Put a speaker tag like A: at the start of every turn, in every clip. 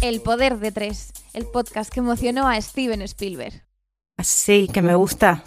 A: El poder de tres, el podcast que emocionó a Steven Spielberg.
B: Sí, que me gusta.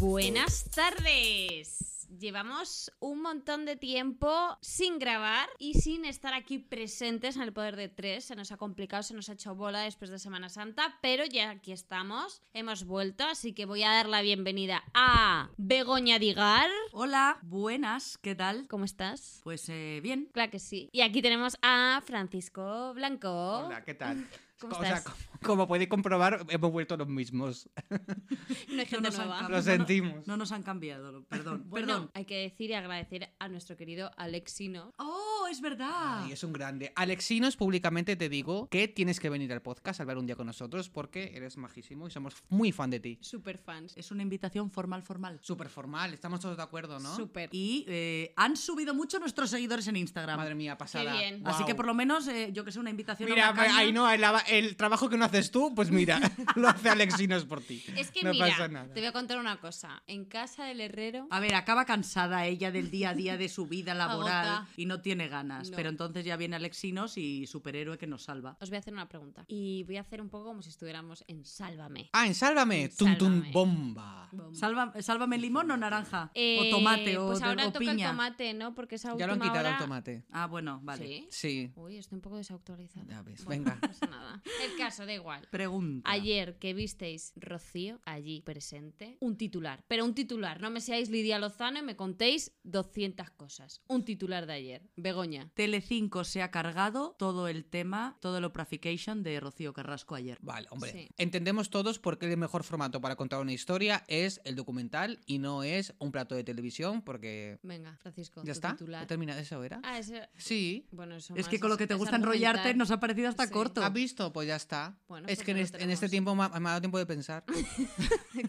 C: Buenas tardes. Llevamos un montón de tiempo sin grabar y sin estar aquí presentes en el Poder de Tres. Se nos ha complicado, se nos ha hecho bola después de Semana Santa, pero ya aquí estamos. Hemos vuelto, así que voy a dar la bienvenida a Begoña Digar.
D: Hola, buenas, ¿qué tal?
C: ¿Cómo estás?
D: Pues eh, bien.
C: Claro que sí. Y aquí tenemos a Francisco Blanco.
E: Hola, ¿qué tal?
C: ¿Cómo
E: O sea,
C: estás? Ah,
E: como, como podéis comprobar, hemos vuelto los mismos.
C: No hay gente
D: nos han
C: nueva.
D: cambiado,
E: Lo sentimos.
D: No, nos han cambiado, lo- perdón,
C: Bueno,
D: perdón.
C: hay que decir y agradecer a nuestro querido Alexino
D: ¡Oh, es verdad!
E: Ay, es un grande. Alexinos, públicamente te digo que tienes que venir al podcast a hablar un día con nosotros porque eres majísimo y somos muy fan de ti.
C: super fans.
D: Es una invitación formal, formal.
E: Súper formal, estamos todos de acuerdo, ¿no?
C: Súper.
D: Y eh, han subido mucho nuestros seguidores en Instagram.
E: Madre mía, pasada.
C: Qué bien.
D: Así
E: Guau.
D: que por lo menos, eh, yo que sé, una invitación a
E: Mira,
D: una caña.
E: ahí no, el, el trabajo que no haces tú, pues mira, lo hace Alexinos por ti.
C: Es que
E: no
C: mira,
E: pasa nada.
C: te voy a contar una cosa. En casa del herrero, ah,
D: A ver, acaba cansada ella del día a día de su vida laboral
C: Agota.
D: y no tiene ganas.
C: No.
D: Pero entonces ya viene Alexinos y superhéroe que nos salva.
C: os voy a hacer una pregunta. Y voy a hacer un poco como si estuviéramos en Sálvame.
E: Ah, en Sálvame, tum tum
C: Sálvame.
E: bomba.
C: Bomba.
D: Salva- ¿Sálvame limón o naranja?
C: Eh,
D: o tomate o,
C: Pues
D: de-
C: ahora
D: o
C: toca
D: piña.
C: el tomate, ¿no? Porque esa
E: Ya lo han
C: última
E: quitado
C: hora-
E: el tomate.
D: Ah, bueno, vale.
C: ¿Sí?
E: Sí.
C: Uy, estoy un poco desactualizada.
E: Ya ves,
C: Bueno,
E: venga.
C: No pasa nada. El caso, da igual.
D: Pregunta.
C: Ayer que visteis Rocío allí presente, un titular, pero un titular, no me seáis Lidia Lozano y me contéis 200 cosas. Un titular de ayer, Begoña.
D: Telecinco se ha cargado todo el tema, todo el oprafication de Rocío Carrasco ayer.
E: Vale, hombre.
C: Sí.
E: Entendemos todos por qué el mejor formato para contar una historia es el documental y no es un plato de televisión, porque.
C: Venga, Francisco,
E: ¿Ya
C: tu
E: está?
C: titular.
E: ¿He terminado eso, era?
C: Ah, ese-
E: Sí.
C: Bueno, eso
D: Es
C: más
D: que con lo que te gusta enrollarte
C: argumentar.
D: nos ha parecido hasta
C: Sí.
D: corto.
E: ¿Has visto? Pues ya está.
C: Bueno,
E: es
C: pues
E: que en
C: no lo
E: este, en este
C: tenemos.
E: tiempo me ha, me ha dado tiempo de pensar.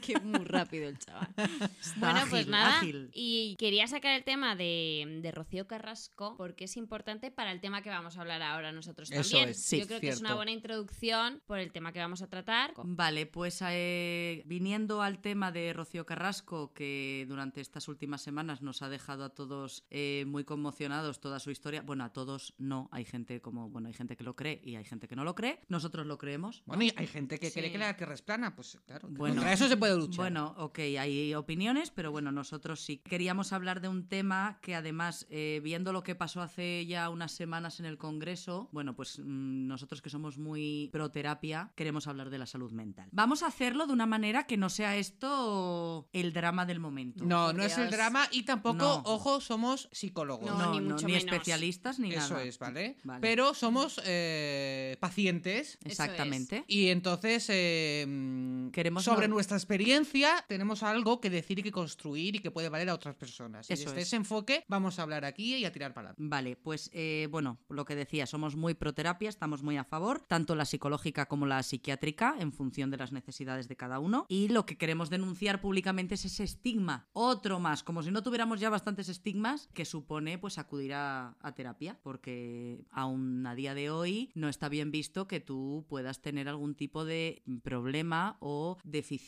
C: que muy rápido el chaval.
D: Está
C: Bueno,
D: ágil,
C: pues nada.
D: ágil.
C: Y quería sacar el tema de, de Rocío Carrasco porque es importante para el tema que vamos a hablar ahora nosotros
E: Eso
C: también.
E: es, sí,
C: Yo creo que es una
E: cierto.
C: buena introducción por el tema que vamos a tratar.
D: Vale, pues eh, viniendo al tema de Rocío Carrasco, que durante estas últimas semanas nos ha dejado a todos eh, muy conmocionados toda su historia. Bueno, a todos no. Hay gente como, bueno, hay gente que lo cree y hay gente que no lo cree. Nosotros lo creemos.
E: Bueno, y hay gente que
C: Sí.
E: cree que la que resplana, pues claro. que
D: Bueno.
E: contra eso se puede luchar.
D: Bueno, ok, hay opiniones, pero bueno, nosotros sí. Queríamos hablar de un tema que además, eh, viendo lo que pasó hace ya unas semanas en el Congreso, bueno, pues mm, nosotros que somos muy pro terapia, queremos hablar de la salud mental. Vamos a hacerlo de una manera que no sea esto el drama del momento.
E: No, no es el
C: Podrías-
E: drama y tampoco,
D: No.
E: ojo, somos psicólogos.
C: No, ni mucho menos.
D: especialistas ni
E: Eso
D: nada.
E: es, ¿vale?
D: Vale.
E: Pero somos eh, pacientes
D: Exactamente.
E: Y entonces, eh, mm,
D: Queremos
E: sobre
D: no-
E: nuestra experiencia, tenemos algo que decir y que construir y que puede valer a otras personas. y
D: Eso
E: desde
D: es.
E: ese enfoque vamos a hablar aquí y a tirar palabras.
D: Vale, pues eh, bueno, lo que decía, somos muy proterapia, estamos muy a favor, tanto la psicológica como la psiquiátrica, en función de las necesidades de cada uno. Y lo que queremos denunciar públicamente es ese estigma, otro más, como si no tuviéramos ya bastantes estigmas, que supone pues acudir a, a terapia, porque eh, aún a día de hoy no está bien visto que tú puedas tener algún tipo de problema o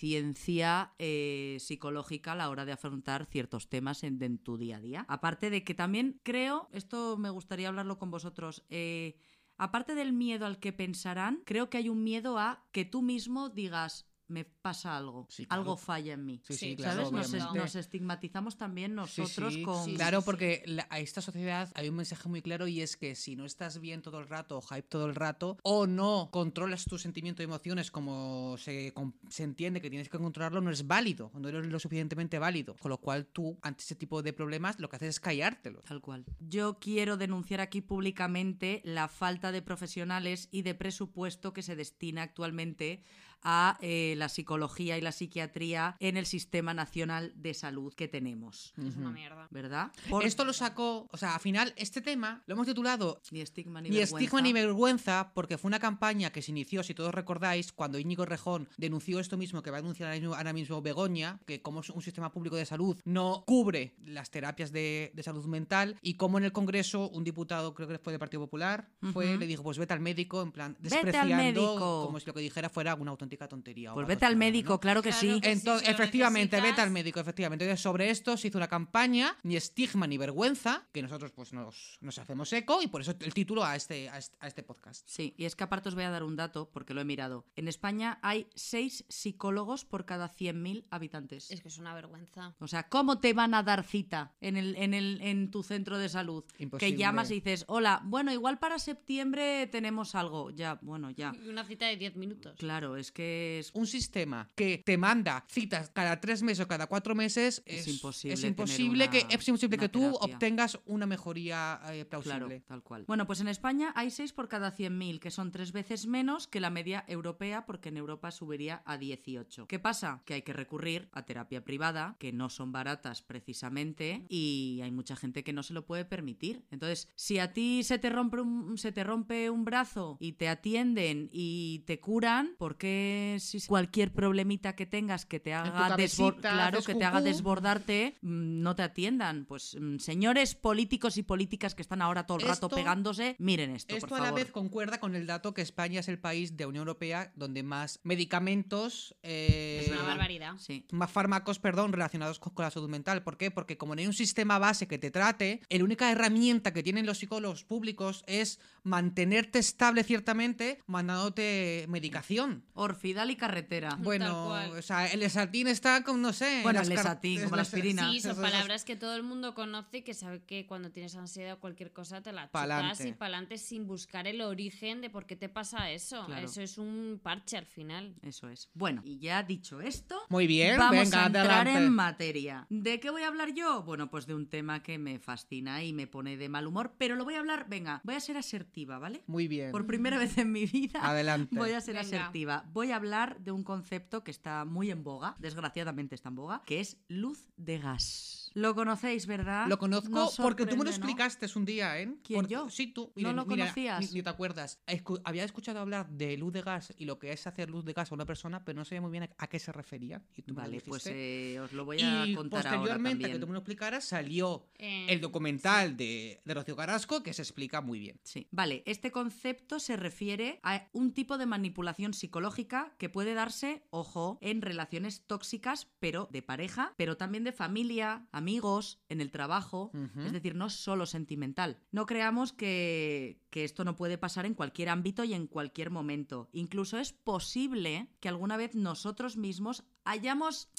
D: deficiencia eh, psicológica a la hora de afrontar ciertos temas en, en tu día a día. Aparte de que también creo, esto me gustaría hablarlo con vosotros, eh, aparte del miedo al que pensarán, creo que hay un miedo a que tú mismo digas, me pasa algo,
E: Sí, claro.
D: algo falla en mí.
E: Sí, sí,
C: Sí,
E: claro.
D: ¿Sabes? Nos, es-
E: obviamente.
D: nos estigmatizamos también
E: Sí,
D: nosotros
E: sí.
D: con...
C: Sí,
E: Claro,
C: sí.
E: porque la- a esta sociedad hay un mensaje muy claro y es que si no estás bien todo el rato, o hype todo el rato, o no controlas tus sentimientos y emociones como se, con- se entiende que tienes que controlarlo, no es válido, no eres lo suficientemente válido. Con lo cual tú, ante ese tipo de problemas, lo que haces es callártelos.
D: Tal cual. Yo quiero denunciar aquí públicamente la falta de profesionales y de presupuesto que se destina actualmente a eh, la psicología y la psiquiatría en el sistema nacional de salud que tenemos.
C: Es una
E: Ujú.
C: mierda.
D: ¿Verdad? Por-
E: Esto lo sacó, o sea, al final este tema lo hemos titulado
D: Ni estigma ni,
E: Ni
D: vergüenza.
E: estigma ni vergüenza, porque fue una campaña que se inició, si todos recordáis, cuando Íñigo Rejón denunció esto mismo que va a denunciar ahora mismo, ahora mismo Begoña, que como es un sistema público de salud no cubre las terapias de, de salud mental, y como en el Congreso un diputado, creo que fue del Partido Popular, fue,
D: Ujú.
E: le dijo, pues vete al médico, en plan,
D: Vete al
E: despreciando,
D: médico.
E: como si lo que dijera fuera una auténtica auténtica tontería. o
D: Pues
E: para
D: vete al
E: cocinar,
D: médico,
E: ¿no?
D: claro que
F: Claro.
D: sí.
F: Eh, si
E: Entonces,
F: lo
E: efectivamente,
F: necesitas-
E: vete al médico, efectivamente. Entonces, sobre esto se hizo una campaña, ni estigma ni vergüenza, que nosotros pues nos, nos hacemos eco y por eso el título a este, a este, a este podcast.
D: Sí, y es que aparte os voy a dar un dato porque lo he mirado. En España hay 6 psicólogos por cada 100.000 habitantes.
F: Es que es una vergüenza.
D: O sea, ¿cómo te van a dar cita en, el, en, el, en tu centro de salud?
E: Imposible.
D: Que llamas y dices, hola, bueno, igual para septiembre tenemos algo. Ya, bueno, ya.
F: Y una cita de 10 minutos.
D: Ah. Claro, es que es...
E: Un sistema que te manda citas cada tres meses o cada cuatro meses
D: Es imposible
E: Es
D: tener
E: imposible, que,
D: una-
E: es imposible
D: una
E: que tú
D: terapia.
E: obtengas una mejoría eh,
D: Claro,
E: plausible.
D: tal cual. Bueno, pues en España hay 6 por cada 100.000, que son tres veces menos que la media europea, porque en Europa subiría a 18. ¿Qué pasa? Que hay que recurrir a terapia privada, que no son baratas precisamente, y hay mucha gente que no se lo puede permitir. Entonces, si a ti se te rompe un, se te rompe un brazo y te atienden y te curan, ¿por qué si cualquier problemita que tengas que te haga,
E: cabecita
D: desbor- claro,
E: haces
D: que te haga
E: cucú.
D: desbordarte, mm, no te atiendan? Pues mm, señores políticos y políticas que están ahora todo el
E: Esto-
D: rato pegándose, miren esto,
E: Esto
D: por
E: a la
D: favor.
E: vez concuerda con el dato que España es el país de Unión Europea donde más medicamentos, eh,
D: Es
F: Es una
D: verdad.
F: barbaridad.
D: Sí.
E: más fármacos, perdón, relacionados con, con la salud mental. ¿Por qué? Porque como no hay un sistema base que te trate, la única herramienta que tienen los psicólogos públicos es mantenerte estable ciertamente mandándote medicación.
D: Orfidal y carretera.
E: Bueno,
F: cual.
E: o sea, el esatín está con, no sé... en
D: Bueno,
E: las
D: el
E: car-
D: Esatín,
E: en
D: como la
E: las-
D: aspirina.
F: Sí, son
E: esas-
F: palabras que todo el mundo conoce y que sabe que cuando tienes ansiedad o cualquier cosa te la chutas
E: Pa'lante.
F: y pa'lante sin buscar el origen de por qué te pasa eso.
D: Claro.
F: Eso es un parche al final.
D: Eso es. Bueno, y ya dicho esto,
E: Muy bien,
D: vamos
E: venga,
D: a entrar
E: adelante.
D: en materia. ¿De qué voy a hablar yo? Bueno, pues de un tema que me fascina y me pone de mal humor, pero lo voy a hablar, venga, voy a ser asertiva, ¿vale?
E: Muy bien.
D: Por primera vez en mi vida.
E: Adelante.
D: Voy a ser
F: Venga.
D: asertiva. Voy a hablar de un concepto que está muy en boga, desgraciadamente está en boga, que es luz de gas. Lo conocéis, ¿verdad?
E: Lo conozco
D: Nos
E: porque tú me lo
D: sorprende, ¿no?
E: explicaste un día, ¿eh?
D: ¿Quién,
E: Porque-
D: yo?
E: Sí, tú.
D: ¿No lo conocías?
E: Ni, ni te acuerdas. Escu- había escuchado hablar de luz de gas y lo que es hacer luz de gas a una persona, pero no sabía muy bien a, a qué se refería. Y tú me lo
D: Vale, pues
E: dijiste.
D: eh, os lo voy a
E: y
D: contar ahora
E: posteriormente a que
D: también.
E: tú me lo explicaras, salió
F: Eh,
E: el documental de, de Rocío Carrasco que se explica muy bien.
D: Sí. Vale, este concepto se refiere a un tipo de manipulación psicológica que puede darse, ojo, en relaciones tóxicas, pero de pareja, pero también de familia, amigos, en el trabajo.
E: Ujú.
D: Es decir, no solo sentimental. No creamos que, que esto no puede pasar en cualquier ámbito y en cualquier momento. Incluso es posible que alguna vez nosotros mismos hayamos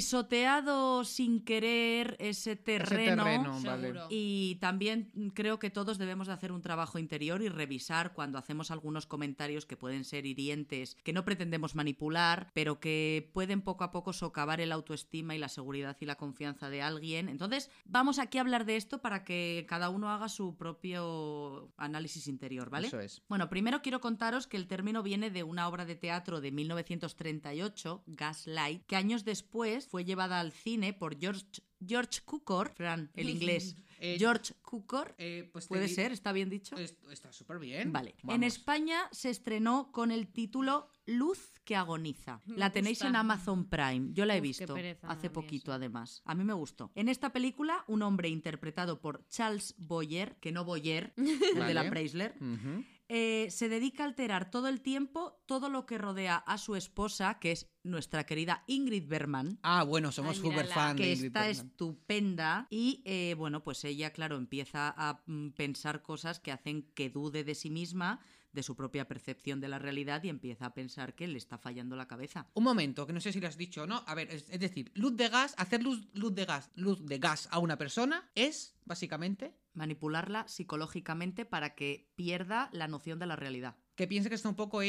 D: pisoteado sin querer ese terreno.
E: terreno, vale.
F: Eh, seguro.
D: Y también mm, creo que todos debemos de hacer un trabajo interior y revisar cuando hacemos algunos comentarios que pueden ser hirientes, que no pretendemos manipular, pero que pueden poco a poco socavar el autoestima y la seguridad y la confianza de alguien. Entonces, vamos aquí a hablar de esto para que cada uno haga su propio análisis interior, ¿vale?
E: Eso es.
D: Bueno, primero quiero contaros que el término viene de una obra de teatro de 1938, Gaslight, que años después fue llevada al cine por George, George Cukor, Fran, el inglés.
E: Eh,
D: George Cukor,
E: eh, pues te
D: ¿puede
E: di-
F: este
D: ser? ¿Está bien dicho?
E: Es- está súper bien.
D: Vale. En
E: Vamos.
D: España se estrenó con el título Luz que agoniza.
F: Me
D: La tenéis
F: gusta.
D: en Amazon Prime. Yo la he
F: Uf, qué
D: visto
F: pereza,
D: hace
F: madre mía,
D: poquito,
F: sí.
D: además. A mí me gustó. En esta película, un hombre interpretado por Charles Boyer, que no Boyer, el de la
E: Vale.
D: Preisler,
E: Ujú.
D: eh, se dedica a alterar todo el tiempo todo lo que rodea a su esposa, que es nuestra querida Ingrid Berman.
E: Ah, bueno, somos
F: Ay,
E: super
F: mírala,
E: fan de
D: Que
E: Ingrid
D: está
E: Bergman.
D: estupenda y eh, bueno, pues ella, claro, empieza a mm, pensar cosas que hacen que dude de sí misma, de su propia percepción de la realidad y empieza a pensar que le está fallando la cabeza.
E: Un momento, que no sé si lo has dicho o no. A ver, es, es decir, luz de gas, hacer luz, luz de gas, luz de gas a una persona es básicamente
D: Manipularla psicológicamente para que pierda la noción de la realidad.
E: que piense que está un poco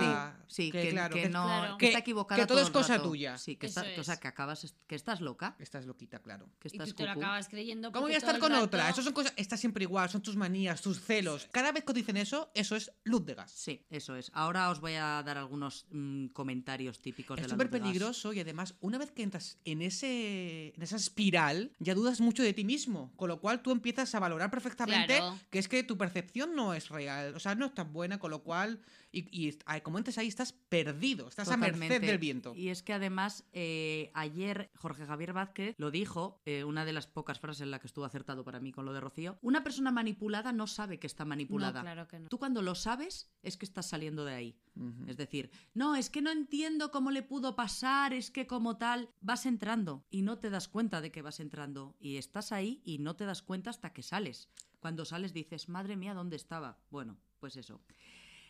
E: ella.
D: sí, sí, que,
E: claro,
D: que
E: Ah, que-
D: no
F: Claro.
D: que está
E: que-
D: equivocada.
E: que todo es
D: el
E: cosa
D: rato.
E: tuya.
D: Sí, que,
F: Eso
D: está- o sea,
F: es.
D: que acabas, que estás loca.
E: Estás loquita, claro.
D: Que
F: y tú
D: estás
F: te lo
D: cucú.
F: acabas creyendo.
E: ¿Cómo voy a
F: porque todo
E: estar
F: el
E: con
F: rato-
E: otra? Eso son cosas. Está siempre igual, son tus manías, tus celos. Cada vez que dicen eso, eso es luz de gas.
D: Sí, eso es. Ahora os voy a dar algunos mm, comentarios típicos
E: Es
D: de la
E: súper
D: luz de gas.
E: peligroso y además, una vez que entras en, ese, en esa espiral, ya dudas mucho de ti mismo. Con lo cual tú empiezas a valorar perfectamente
F: Claro.
E: que es que tu percepción no es real. O sea, no es tan buena, con lo cual. Y, y ah, como antes ahí estás perdido, estás a merced
D: Totalmente.
E: del viento.
D: Y es que además, eh, ayer Jorge Javier Vázquez lo dijo, eh, una de las pocas frases en la que estuvo acertado para mí con lo de Rocío. Una persona manipulada no sabe que está manipulada.
F: No, claro que no.
D: Tú cuando lo sabes es que estás saliendo de ahí.
E: Ujú.
D: Es decir, no, es que no entiendo cómo le pudo pasar, es que como tal, vas entrando y no te das cuenta de que vas entrando y estás ahí y no te das cuenta hasta que sales. Cuando sales dices, madre mía, ¿dónde estaba? Bueno, pues eso.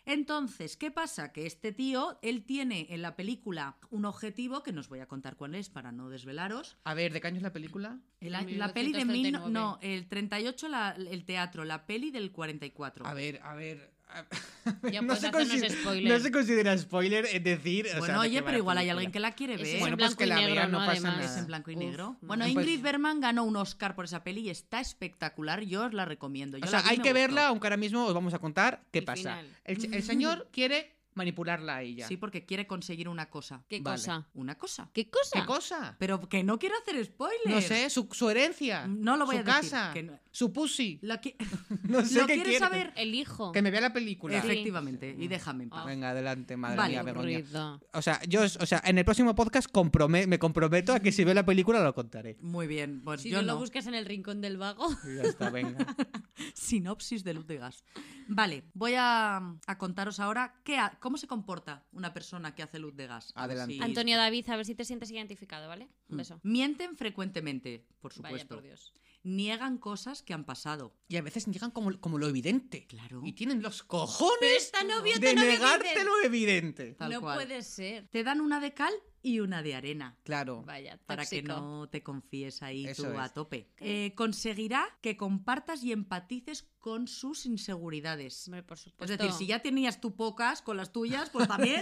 D: Entonces, ¿qué pasa? Que este tío, él tiene en la película un objetivo que no os voy a contar cuál es para no desvelaros.
E: A ver, ¿de qué año es la película?
D: El a- la peli de mil, no- no, el 38 la- el teatro, la peli del 44.
E: A ver, a ver. a-
F: Ya puedes hacernos
E: consi-
F: spoiler.
E: no se considera spoiler es decir. o sea,
D: pues, bueno,
E: de qué
D: oye,
E: va
D: pero
E: la
D: igual hay
E: película.
D: alguien que la quiere ver.
F: Ese es
E: Bueno,
F: en
E: pues
F: blanco
E: que
F: y
E: la
F: negro,
E: vea, no
F: ¿no?
E: pasa
F: Además.
E: nada.
D: Es
C: Ah,
D: en blanco y
F: Uf,
D: negro.
F: no.
D: Bueno,
E: Pues-
D: Ingrid Bergman ganó un Oscar por esa peli y está espectacular. Yo os la recomiendo. Yo
E: O
D: la
E: sea,
D: vi y
E: hay
D: me
E: que
D: gustó.
E: verla, aunque ahora mismo os vamos a contar qué
F: El
E: pasa.
F: final.
E: El, ch- el señor quiere manipularla a ella.
D: Sí, porque quiere conseguir una cosa.
F: ¿Qué
E: Vale.
F: cosa?
D: Una cosa.
F: ¿Qué cosa?
E: ¿Qué cosa?
D: Pero que no quiero hacer spoiler.
E: No sé, su, su herencia.
D: No lo voy
E: su
D: a decir,
E: casa,
D: que no-
E: Su pussy.
D: Lo, qui-
E: No sé
D: ¿Lo
E: qué
D: quieres
E: quiere.
D: saber?
F: El hijo.
E: Que me vea la película.
F: Sí.
D: Efectivamente. Y déjame en paz.
E: Venga, adelante, madre
D: Vale.
E: mía, Begoña.
F: Aburrido.
E: O sea, yo, os- o sea, en el próximo podcast comprome- me comprometo a que si veo la película lo contaré.
D: Muy bien. Pues
F: Si
D: yo
F: no
D: no.
F: lo buscas en el rincón del vago.
E: Y Ya está, venga.
D: Sinopsis de luz de gas. Vale, voy a, a contaros ahora qué ha- cómo se comporta una persona que hace luz de gas. A ver
E: Adelante.
D: si-
F: Antonio David, a ver si te sientes identificado, ¿vale?
E: Mm,
F: Un beso.
D: Mienten frecuentemente, por
F: Vaya,
D: supuesto.
F: por Dios.
D: Niegan cosas que han pasado.
E: Y a veces llegan como, como lo evidente.
D: Claro.
E: Y tienen los cojones
F: Esta novia
E: de negarte lo evidente.
D: Tal
F: No
D: cual.
F: puede ser.
D: Te dan una de cal y una de arena.
E: Claro.
F: Vaya,
D: Para que
F: tóxico.
D: no te confíes ahí
E: Eso
D: tú
E: es.
D: a tope. Eh, conseguirá que compartas y empatices con sus inseguridades.
F: Hombre, por supuesto.
D: Es decir, si ya tenías tú pocas con las tuyas, pues también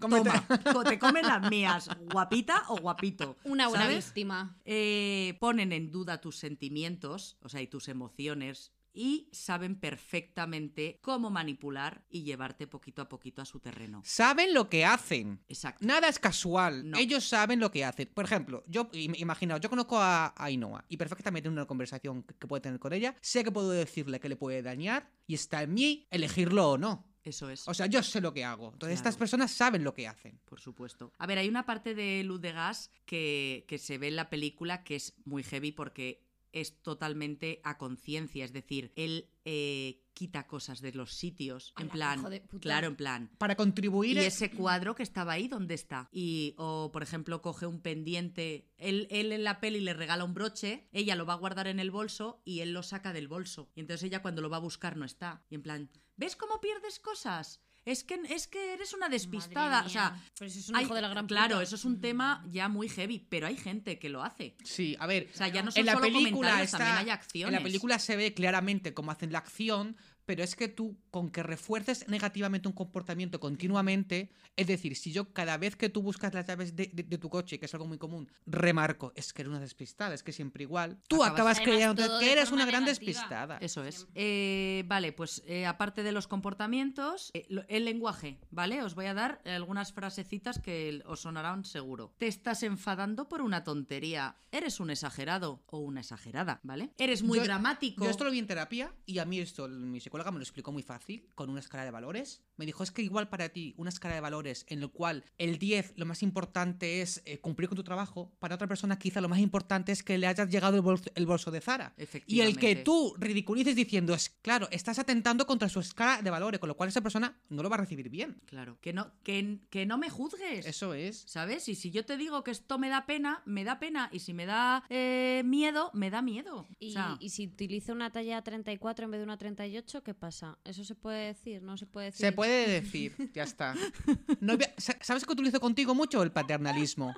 E: Cómete-
D: toma, co- te comen las mías, guapita o guapito.
F: Una buena
D: ¿sabes?
F: víctima.
D: Eh, ponen en duda tus sentimientos, o sea, y tus emociones, y saben perfectamente cómo manipular y llevarte poquito a poquito a su terreno.
E: Saben lo que hacen.
D: Exacto.
E: Nada es casual.
D: No.
E: Ellos saben lo que hacen. Por ejemplo, yo im- imaginaos, yo conozco a, a Ainhoa y perfectamente en una conversación que, que puede tener con ella, sé que puedo decirle que le puede dañar y está en mí elegirlo o no.
D: Eso es.
E: O sea, yo sé lo que hago. Entonces, estas
D: Claro.
E: personas saben lo que hacen.
D: Por supuesto. A ver, hay una parte de luz de gas que, que se ve en la película que es muy heavy porque es totalmente a conciencia. Es decir, él eh, quita cosas de los sitios. En
F: Ala,
D: plan.
F: hijo de puta.
D: Claro, en plan.
E: Para contribuir.
D: Y
E: en-
D: ese cuadro que estaba ahí, ¿dónde está? Y, o, por ejemplo, coge un pendiente. Él, él en la peli le regala un broche, ella lo va a guardar en el bolso y él lo saca del bolso. Y entonces ella cuando lo va a buscar no está. Y en plan, ¿ves cómo pierdes cosas? Es que, es que eres una despistada.
F: Madre
D: O sea,
F: mía. Pero eso es un
D: hay-
F: hijo de la gran
D: Claro,
F: puta.
D: eso es un tema ya muy heavy, pero hay gente que lo hace.
E: Sí, a ver.
D: O sea, ya no son
E: en la
D: solo
E: película
D: comentarios,
E: está-
D: también hay
E: en
D: acciones.
E: la película se ve claramente cómo hacen la acción, pero es que tú con que refuerces negativamente un comportamiento continuamente, es decir, si yo cada vez que tú buscas las llaves de, de- de tu coche, que es algo muy común, remarco, es que eres una despistada, es que siempre igual, tú
D: Acabas-
E: acabas,
F: Además,
E: creyendo
F: todo
E: que
F: de
E: eres
F: forma
E: una gran
F: negativa.
E: despistada.
D: Eso es. Eh, vale, pues eh, aparte de los comportamientos, eh, lo- el lenguaje, ¿vale? Os voy a dar algunas frasecitas que l- os sonarán seguro. Te estás enfadando por una tontería. Eres un exagerado o una exagerada, ¿vale? Eres muy
E: Yo-
D: dramático.
E: Yo esto lo vi en terapia y a mí esto mi psicóloga me lo explicó muy fácil con una escala de valores. Me dijo, es que igual para ti una escala de valores en el cual el 10 lo más importante es eh, cumplir con tu trabajo, para otra persona quizá lo más importante es que le hayas llegado el bolso, el bolso de Zara. Y el
D: Efectivamente.
E: que tú ridiculices diciendo es, claro, estás atentando contra su escala de valores, con lo cual esa persona no lo va a recibir bien.
D: Claro. Que no, que, que no me juzgues.
E: Eso es.
D: ¿Sabes? Y si yo te digo que esto me da pena, me da pena. Y si me da eh, miedo, me da miedo.
F: Y,
D: O sea,
F: y si utiliza una talla 34 en vez de una 38, ¿qué pasa? ¿Eso se puede decir? ¿No se puede decir?
E: Se puede decir, ya está. No había- sa- ¿Sabes que utilizo contigo mucho el paternalismo?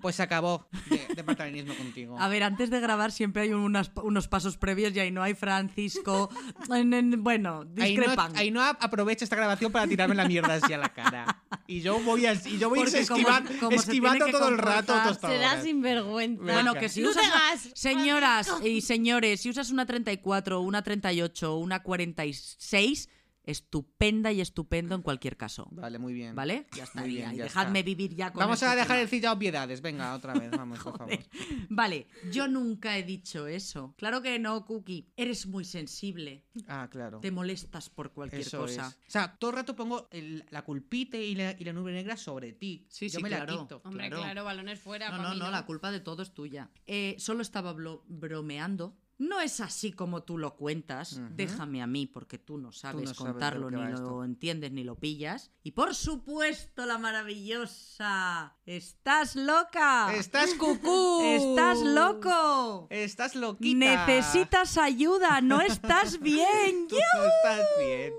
E: Pues se acabó de, de paternalismo contigo.
D: A ver, antes de grabar siempre hay unas- unos pasos previos y ahí no hay Francisco. en- en- bueno,
E: Ahí no,
D: discrepan.
E: ahí no aprovecha esta grabación para tirarme la mierda así a la cara. Y yo voy a, y yo voy
D: Porque como-
E: esquivan-
D: como se
E: esquivando
D: tiene que
E: todo el rato
D: comportar,
E: tostadoras.
F: Será sinvergüenza.
D: Bueno,
E: Venga.
D: que si
F: ¡No
D: usas
F: te
D: una-
F: hagas!
D: señoras y señores, si usas una 34, una 38, una 46, estupenda y estupendo en cualquier caso.
E: Vale, muy bien.
D: ¿Vale? Ya está.
E: Muy bien,
D: y
E: ya
D: dejadme
E: está.
D: vivir ya con
E: Vamos
D: este
E: a dejar
D: tema.
E: de decir ya obviedades. Venga, otra vez, vamos, por favor.
D: Joder. Vale, yo nunca he dicho eso. Claro que no, Cookie. Eres muy sensible.
E: Ah, claro.
D: Te molestas por cualquier
E: Eso
D: cosa.
E: es. O sea, todo el rato pongo el- la culpita y la, y la nube negra sobre ti.
D: Sí,
E: Yo
D: sí,
E: me
D: claro.
E: la quito.
F: Hombre,
D: Claro.
F: claro, balones fuera.
D: No,
F: pa'
D: no,
F: mí
D: no, la culpa de todo es tuya. Eh, solo estaba blo- bromeando. No es así como tú lo cuentas.
E: Ujú.
D: Déjame a mí, porque tú no sabes
E: sabes de lo
D: contarlo,
E: que
D: ni
E: va
D: lo
E: esto.
D: entiendes, ni lo pillas. Y por supuesto, la maravillosa. ¡Estás loca!
E: ¡Estás cucú!
D: ¡Estás loco!
E: ¡Estás loquita!
D: Necesitas ayuda, no estás bien.
E: Tú no estás bien.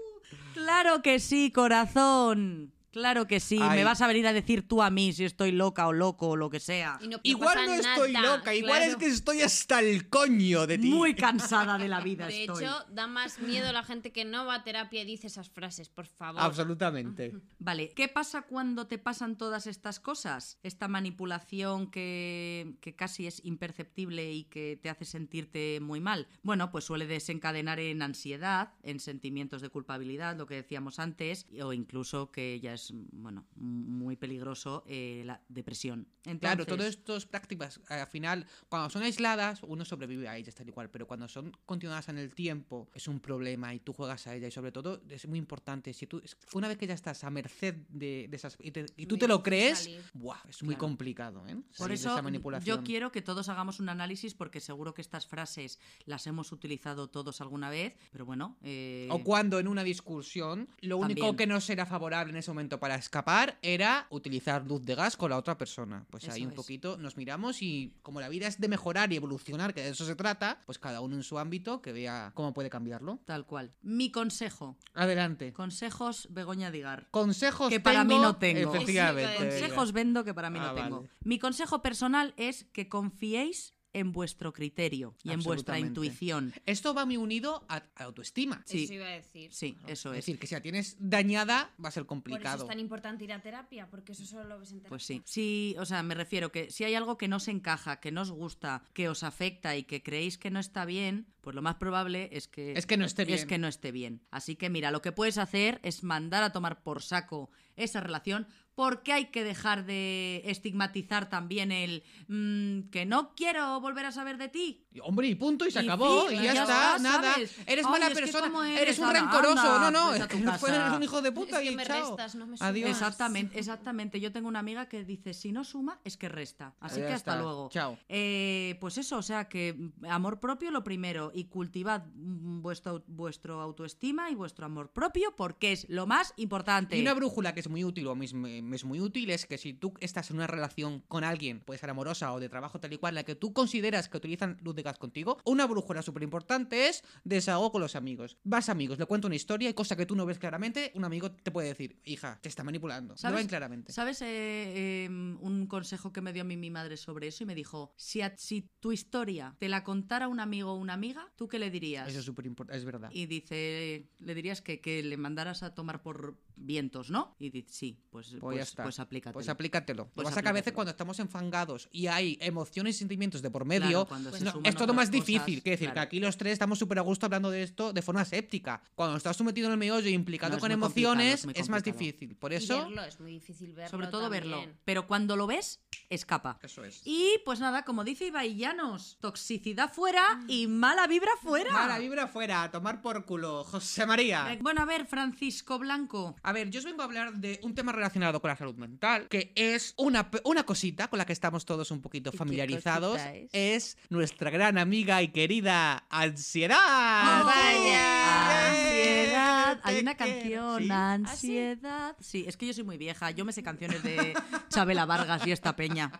D: Claro que sí, corazón. Claro que sí.
E: Ay.
D: Me vas a venir a decir tú a mí si estoy loca o loco o lo que sea.
F: Y no- no
E: Igual
F: pasa
E: no estoy
F: nada,
E: loca, igual
F: claro.
E: es que estoy hasta el coño de ti.
D: Muy cansada de la vida
F: De
D: estoy.
F: hecho, da más miedo la gente que no va a terapia y dice esas frases, por favor.
E: Absolutamente.
D: Vale, ¿qué pasa cuando te pasan todas estas cosas? Esta manipulación que, que casi es imperceptible y que te hace sentirte muy mal. Bueno, pues suele desencadenar en ansiedad, en sentimientos de culpabilidad, lo que decíamos antes, o incluso que ya es, bueno, muy peligroso eh, la depresión.
E: Claro,
D: Entonces-
E: todas estas prácticas, eh, al final, cuando son aisladas, uno sobrevive a ellas tal y cual, pero cuando son continuadas en el tiempo, es un problema y tú juegas a ella y sobre todo es muy importante, si tú, es- una vez que ya estás a merced de, de esas y, te- y tú
F: Muy
E: te lo
F: difícil
E: crees,
F: salir.
E: ¡buah! es muy
D: Claro.
E: complicado, ¿eh? Salir
D: Por
E: de
D: eso
E: esa manipulación.
D: yo quiero que todos hagamos un análisis porque seguro que estas frases las hemos utilizado todos alguna vez, pero bueno... eh,
E: O cuando en una discusión lo único
D: También.
E: que no será favorable en ese momento para escapar era utilizar luz de gas con la otra persona. Pues ahí
D: Eso
E: un
D: es.
E: poquito nos miramos y como la vida es de mejorar y evolucionar, que de eso se trata, pues cada uno en su ámbito que vea cómo puede cambiarlo.
D: Tal cual. Mi consejo.
E: Adelante.
D: Consejos Begoña Digar.
E: Consejos
D: Que para
E: tengo-
D: mí no tengo.
E: Efectivamente.
F: Eso iba a decir.
D: Consejos vendo que para mí
E: Ah,
D: no tengo.
E: vale.
D: Mi consejo personal es que confiéis en vuestro criterio y en vuestra
E: Absolutamente.
D: intuición.
E: Esto va muy unido a, a autoestima.
D: Sí.
F: Eso iba a decir.
D: Sí, eso
E: Es
D: es.
E: decir, que si la tienes dañada va a ser
F: Por eso es
E: complicado.
F: tan importante ir a terapia, porque eso solo lo ves en terapia.
D: Pues sí. Sí, o sea, me refiero que si hay algo que no se encaja, que no os gusta, que os afecta y que creéis que no está bien, pues lo más probable es que
E: Es que no esté
D: Es
E: bien.
D: que no esté bien. Así que mira, lo que puedes hacer es mandar a tomar por saco esa relación. Porque hay que dejar de estigmatizar también el mm, que no quiero volver a saber de ti.
E: Y, Hombre, y punto, y se
D: Y
E: acabó,
D: fin,
E: y ya,
D: ya
E: está,
D: está,
E: nada.
D: ¿sabes?
E: Eres
D: Ay,
E: mala
D: es que
E: persona,
D: cómo
E: eres,
D: eres,
E: un
D: anda,
E: rencoroso.
D: anda,
E: no, no,
D: vete
E: es
D: a
E: que
D: tu
E: no eres
D: casa.
E: un hijo de puta
F: Es
E: y
F: que me
E: chao.
F: restas, no me sumas.
E: Adiós.
D: Exactamente, exactamente. Yo tengo una amiga que dice, si no suma, es que resta. Así
E: Ya
D: que hasta
E: está,
D: luego.
E: Chao.
D: Eh, pues eso, o sea que mm, amor propio lo primero y cultivad mm, vuestro, au- vuestro autoestima y vuestro amor propio porque es lo más importante.
E: Y una brújula que es muy útil o me es, me es muy útil es que si tú estás en una relación con alguien, puede ser amorosa o de trabajo tal y cual, la que tú consideras que utilizan luz de gas contigo, una brújula súper importante es desahogo con los amigos. Vas amigos, le cuento una historia y cosa que tú no ves claramente, un amigo te puede decir, hija, te está manipulando. Lo
D: ¿Sabes?
E: ven claramente.
D: ¿Sabes eh, eh, un consejo que me dio a mí mi madre sobre eso? Y me dijo, si, a- si tu historia te la contara un amigo o una amiga, ¿tú qué le dirías?
E: Eso es súper importante, es verdad.
D: Y dice, le dirías que, que le mandaras a tomar por vientos, ¿no? Y dice, sí, pues, pues,
E: Pues ya está.
D: pues aplícatelo.
E: Pues aplícatelo. Lo que
D: Pues
E: pasa que a veces
D: aplícatelo.
E: cuando estamos enfangados y hay emociones y sentimientos de por medio, pues
D: Claro, cuando se
E: no,
D: suman
E: es todo
D: otras
E: más
D: cosas,
E: difícil. Quiero decir, que
D: claro.
E: aquí los tres estamos súper a gusto hablando de esto de forma séptica. Cuando estás sometido en el meollo y implicado
D: No, es
E: con
D: muy complicado,
E: emociones,
D: es muy
E: es, más
D: complicado.
E: difícil. Por
F: Y
E: eso.
F: verlo, es muy difícil verlo.
D: Sobre todo verlo.
F: también.
D: Pero cuando lo ves, escapa.
E: Eso es.
D: Y pues nada, como dice Ibaillanos, toxicidad fuera y mala vibra fuera.
E: Mala vibra fuera, a tomar por culo, José María.
D: Bueno, a ver, Francisco Blanco.
E: A ver, yo os vengo a hablar de un tema relacionado con la salud mental, que es una, pe- una cosita con la que estamos todos un poquito
A: qué
E: familiarizados.
A: cosita es?
E: Es nuestra gran amiga y querida ansiedad.
D: ¡Oh!
E: Ah, ¡Vaya!
D: Ansiedad.
E: Te
D: Hay una
E: quiero.
D: canción,
E: Sí.
D: ansiedad. Sí, es que yo soy muy vieja. Yo me sé canciones de Chabela Vargas y esta peña.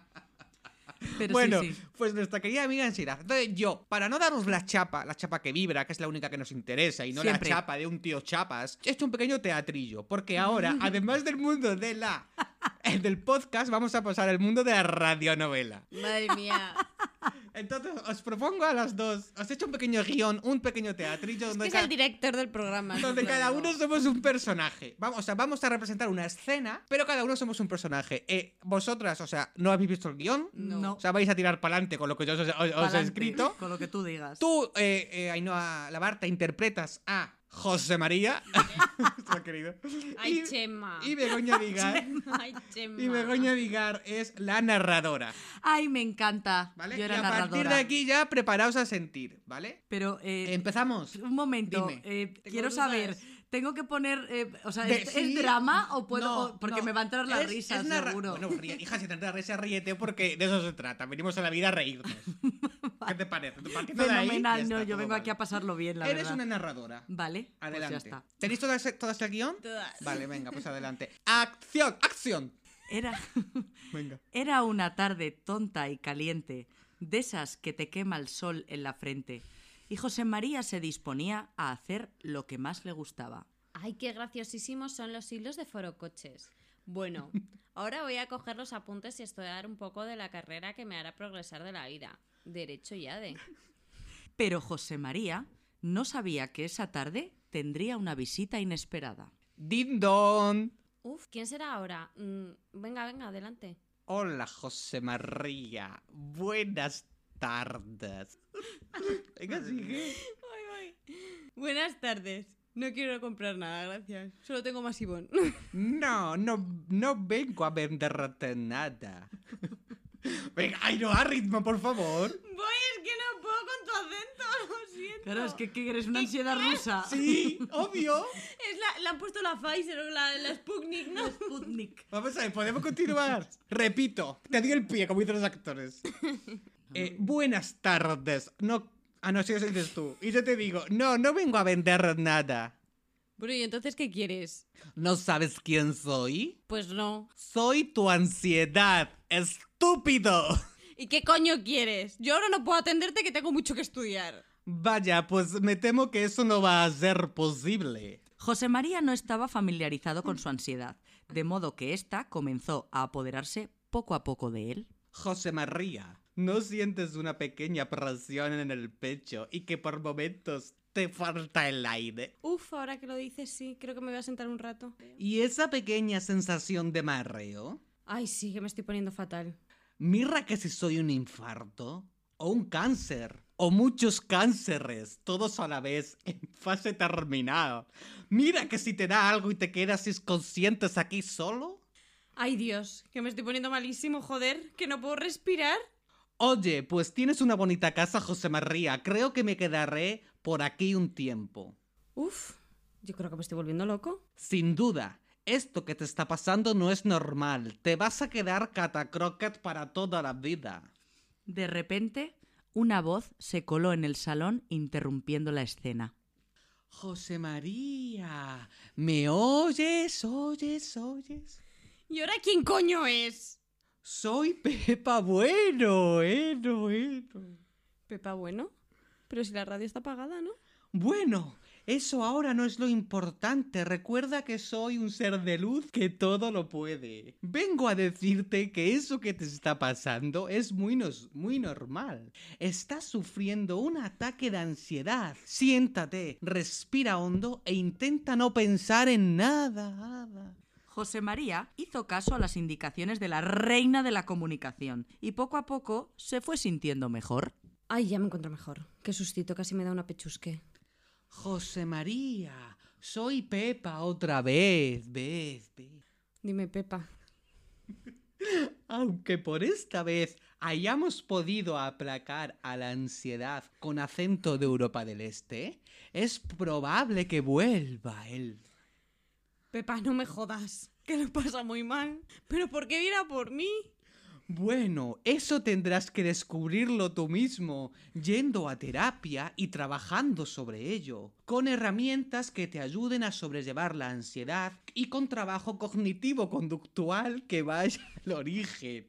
D: Pero sí,
E: bueno,
D: sí.
E: pues nuestra querida amiga ansiedad. Entonces yo, para no daros la chapa, la chapa que vibra, que es la única que nos interesa, y no
D: Siempre.
E: la chapa de un tío chapas, he hecho un pequeño teatrillo, porque ahora, además del mundo de la... eh, del podcast, vamos a pasar al mundo de la radionovela.
F: Madre mía.
E: Entonces, os propongo a las dos, os he hecho un pequeño guión, un pequeño teatrillo
F: es
E: donde
F: que es
E: ca-
F: el director del programa.
E: donde
F: os lo
E: cada
F: digo.
E: uno somos un personaje. Vamos, o sea, vamos a representar una escena, pero cada uno somos un personaje. Eh, vosotras, o sea, ¿no habéis visto el guión?
D: No.
E: O sea, vais a tirar para adelante con lo que yo os, os- os he
D: Pa'lante,
E: escrito.
D: Con lo que tú digas.
E: Tú, eh, eh, Ainhoa Labarta, interpretas a José María, nuestro querido.
C: Ay,
E: y,
C: Chema.
E: y Begoña Vigar.
C: Ay, Chema.
E: y Begoña Vigar es la narradora.
D: Ay, me encanta.
E: ¿Vale?
D: Yo
E: y
D: era
E: a partir
D: narradora.
E: de aquí ya preparaos a sentir, ¿vale?
D: Pero eh,
E: Empezamos.
D: un momento,
E: dime.
D: eh, quiero
E: dudas.
D: saber, tengo que poner, eh, o sea,
E: De-
D: ¿es,
E: sí.
D: es drama o puedo?
E: No,
D: o- porque
E: no.
D: me va a entrar la
E: Es-
D: risa,
E: es narra-
D: seguro.
E: Bueno, ríe- hija, si te entra la risa, ríete porque de eso se trata. Venimos a la vida a reírnos. ¿Qué te parece? Partiendo de ahí,
D: Fenomenal,
E: ya está,
D: no, yo
E: todo
D: vengo
E: vale.
D: aquí a pasarlo bien, la
E: Eres
D: verdad.
E: una narradora.
D: Vale, pues
E: Adelante.
D: ya está.
E: ¿Tenéis todas, todas el este guión?
C: Todas.
E: Vale, venga, pues adelante. ¡Acción! ¡Acción!
D: Era,
E: Venga.
D: era una tarde tonta y caliente, de esas que te quema el sol en la frente, y José María se disponía a hacer lo que más le gustaba.
C: Ay, qué graciosísimos son los hilos de forocoches. Bueno, ahora voy a coger los apuntes y estudiar un poco de la carrera que me hará progresar de la vida. Derecho y ADE.
D: Pero José María no sabía que esa tarde tendría una visita inesperada.
E: Din don.
C: Uf, ¿quién será ahora? Mm, venga, venga, adelante.
E: Hola, José María. Buenas tardes. Venga, sigue.
C: Buenas tardes. No quiero comprar nada, gracias. Solo tengo más Ivonne.
E: No, no, no vengo a venderte nada. Venga, ay, no, a ritmo, por
C: Voy,
E: favor.
C: es que no puedo con tu acento, lo siento.
D: Claro, es que, ¿qué eres una ansiedad rusa.
E: Sí, obvio.
C: Es la, le han puesto la Pfizer o la, la Sputnik, ¿no?
D: Sputnik.
E: Vamos a ver, podemos continuar. Repito, te di el pie, como dicen los actores. Eh, buenas tardes. No, ah, no, si eso dices tú. Y yo te digo, no, no vengo a vender nada.
C: Bueno, ¿y entonces qué quieres?
E: ¿No sabes quién soy?
C: Pues no.
E: Soy tu ansiedad, estúpido.
C: ¿Y qué coño quieres? Yo ahora no puedo atenderte que tengo mucho que estudiar.
E: Vaya, pues me temo que eso no va a ser posible.
D: José María no estaba familiarizado con su ansiedad, de modo que ésta comenzó a apoderarse poco a poco de él.
E: José María, ¿no sientes una pequeña presión en el pecho y que por momentos te falta el aire?
C: Uf, ahora que lo dices, sí, creo que me voy a sentar un rato.
E: ¿Y esa pequeña sensación de marreo?
C: Ay, sí, que me estoy poniendo fatal.
E: Mira que si soy un infarto, o un cáncer, o muchos cánceres, todos a la vez, en fase terminal. Mira que si te da algo y te quedas inconscientes aquí solo.
C: Ay, Dios, que me estoy poniendo malísimo, joder, que no puedo respirar.
E: Oye, pues tienes una bonita casa, José María. Creo que me quedaré por aquí un tiempo.
C: Uf, yo creo que me estoy volviendo loco.
E: Sin duda, esto que te está pasando no es normal. Te vas a quedar catacroquet para toda la vida.
D: De repente, una voz se coló en el salón interrumpiendo la escena.
E: José María, ¿me oyes? ¿Oyes? ¿Oyes?
C: ¿Y ahora quién coño es?
E: Soy Pepa Bueno, eh, no, eh, no.
C: Pepa, bueno. Pero si la radio está apagada, ¿no?
E: Bueno, eso ahora no es lo importante. Recuerda que soy un ser de luz que todo lo puede. Vengo a decirte que eso que te está pasando es muy, nos- muy normal. Estás sufriendo un ataque de ansiedad. Siéntate, respira hondo e intenta no pensar en nada. nada.
D: José María hizo caso a las indicaciones de la reina de la comunicación y poco a poco se fue sintiendo mejor.
C: Ay, ya me encuentro mejor. Qué sustito, casi me da una pechusque.
E: José María, soy Pepa otra vez, vez, vez.
C: Dime, Pepa.
E: Aunque por esta vez hayamos podido aplacar a la ansiedad con acento de Europa del Este, es probable que vuelva él.
C: Pepa, no me jodas, que lo pasa muy mal. ¿Pero por qué viene a por mí?
E: Bueno, eso tendrás que descubrirlo tú mismo, yendo a terapia y trabajando sobre ello, con herramientas que te ayuden a sobrellevar la ansiedad y con trabajo cognitivo-conductual que vaya al origen.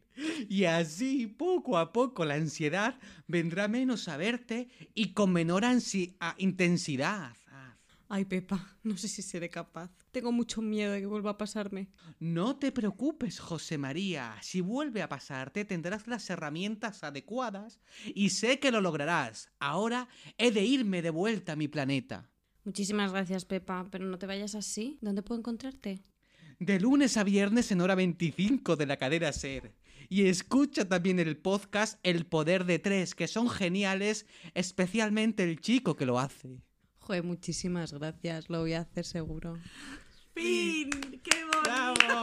E: Y así, poco a poco, la ansiedad vendrá menos a verte y con menor ansi- a- intensidad. Ah.
C: Ay, Pepa, no sé si seré capaz. Tengo mucho miedo de que vuelva a pasarme.
E: No te preocupes, José María. Si vuelve a pasarte, tendrás las herramientas adecuadas y sé que lo lograrás. Ahora he de irme de vuelta a mi planeta.
C: Muchísimas gracias, Pepa, pero no te vayas así. ¿Dónde puedo encontrarte?
E: De lunes a viernes en hora 25 de la cadena Ser. Y escucha también el podcast El Poder de Tres, que son geniales, especialmente el chico que lo hace.
C: Joder, muchísimas gracias, lo voy a hacer seguro.
D: ¡Fin! ¡Qué bonito!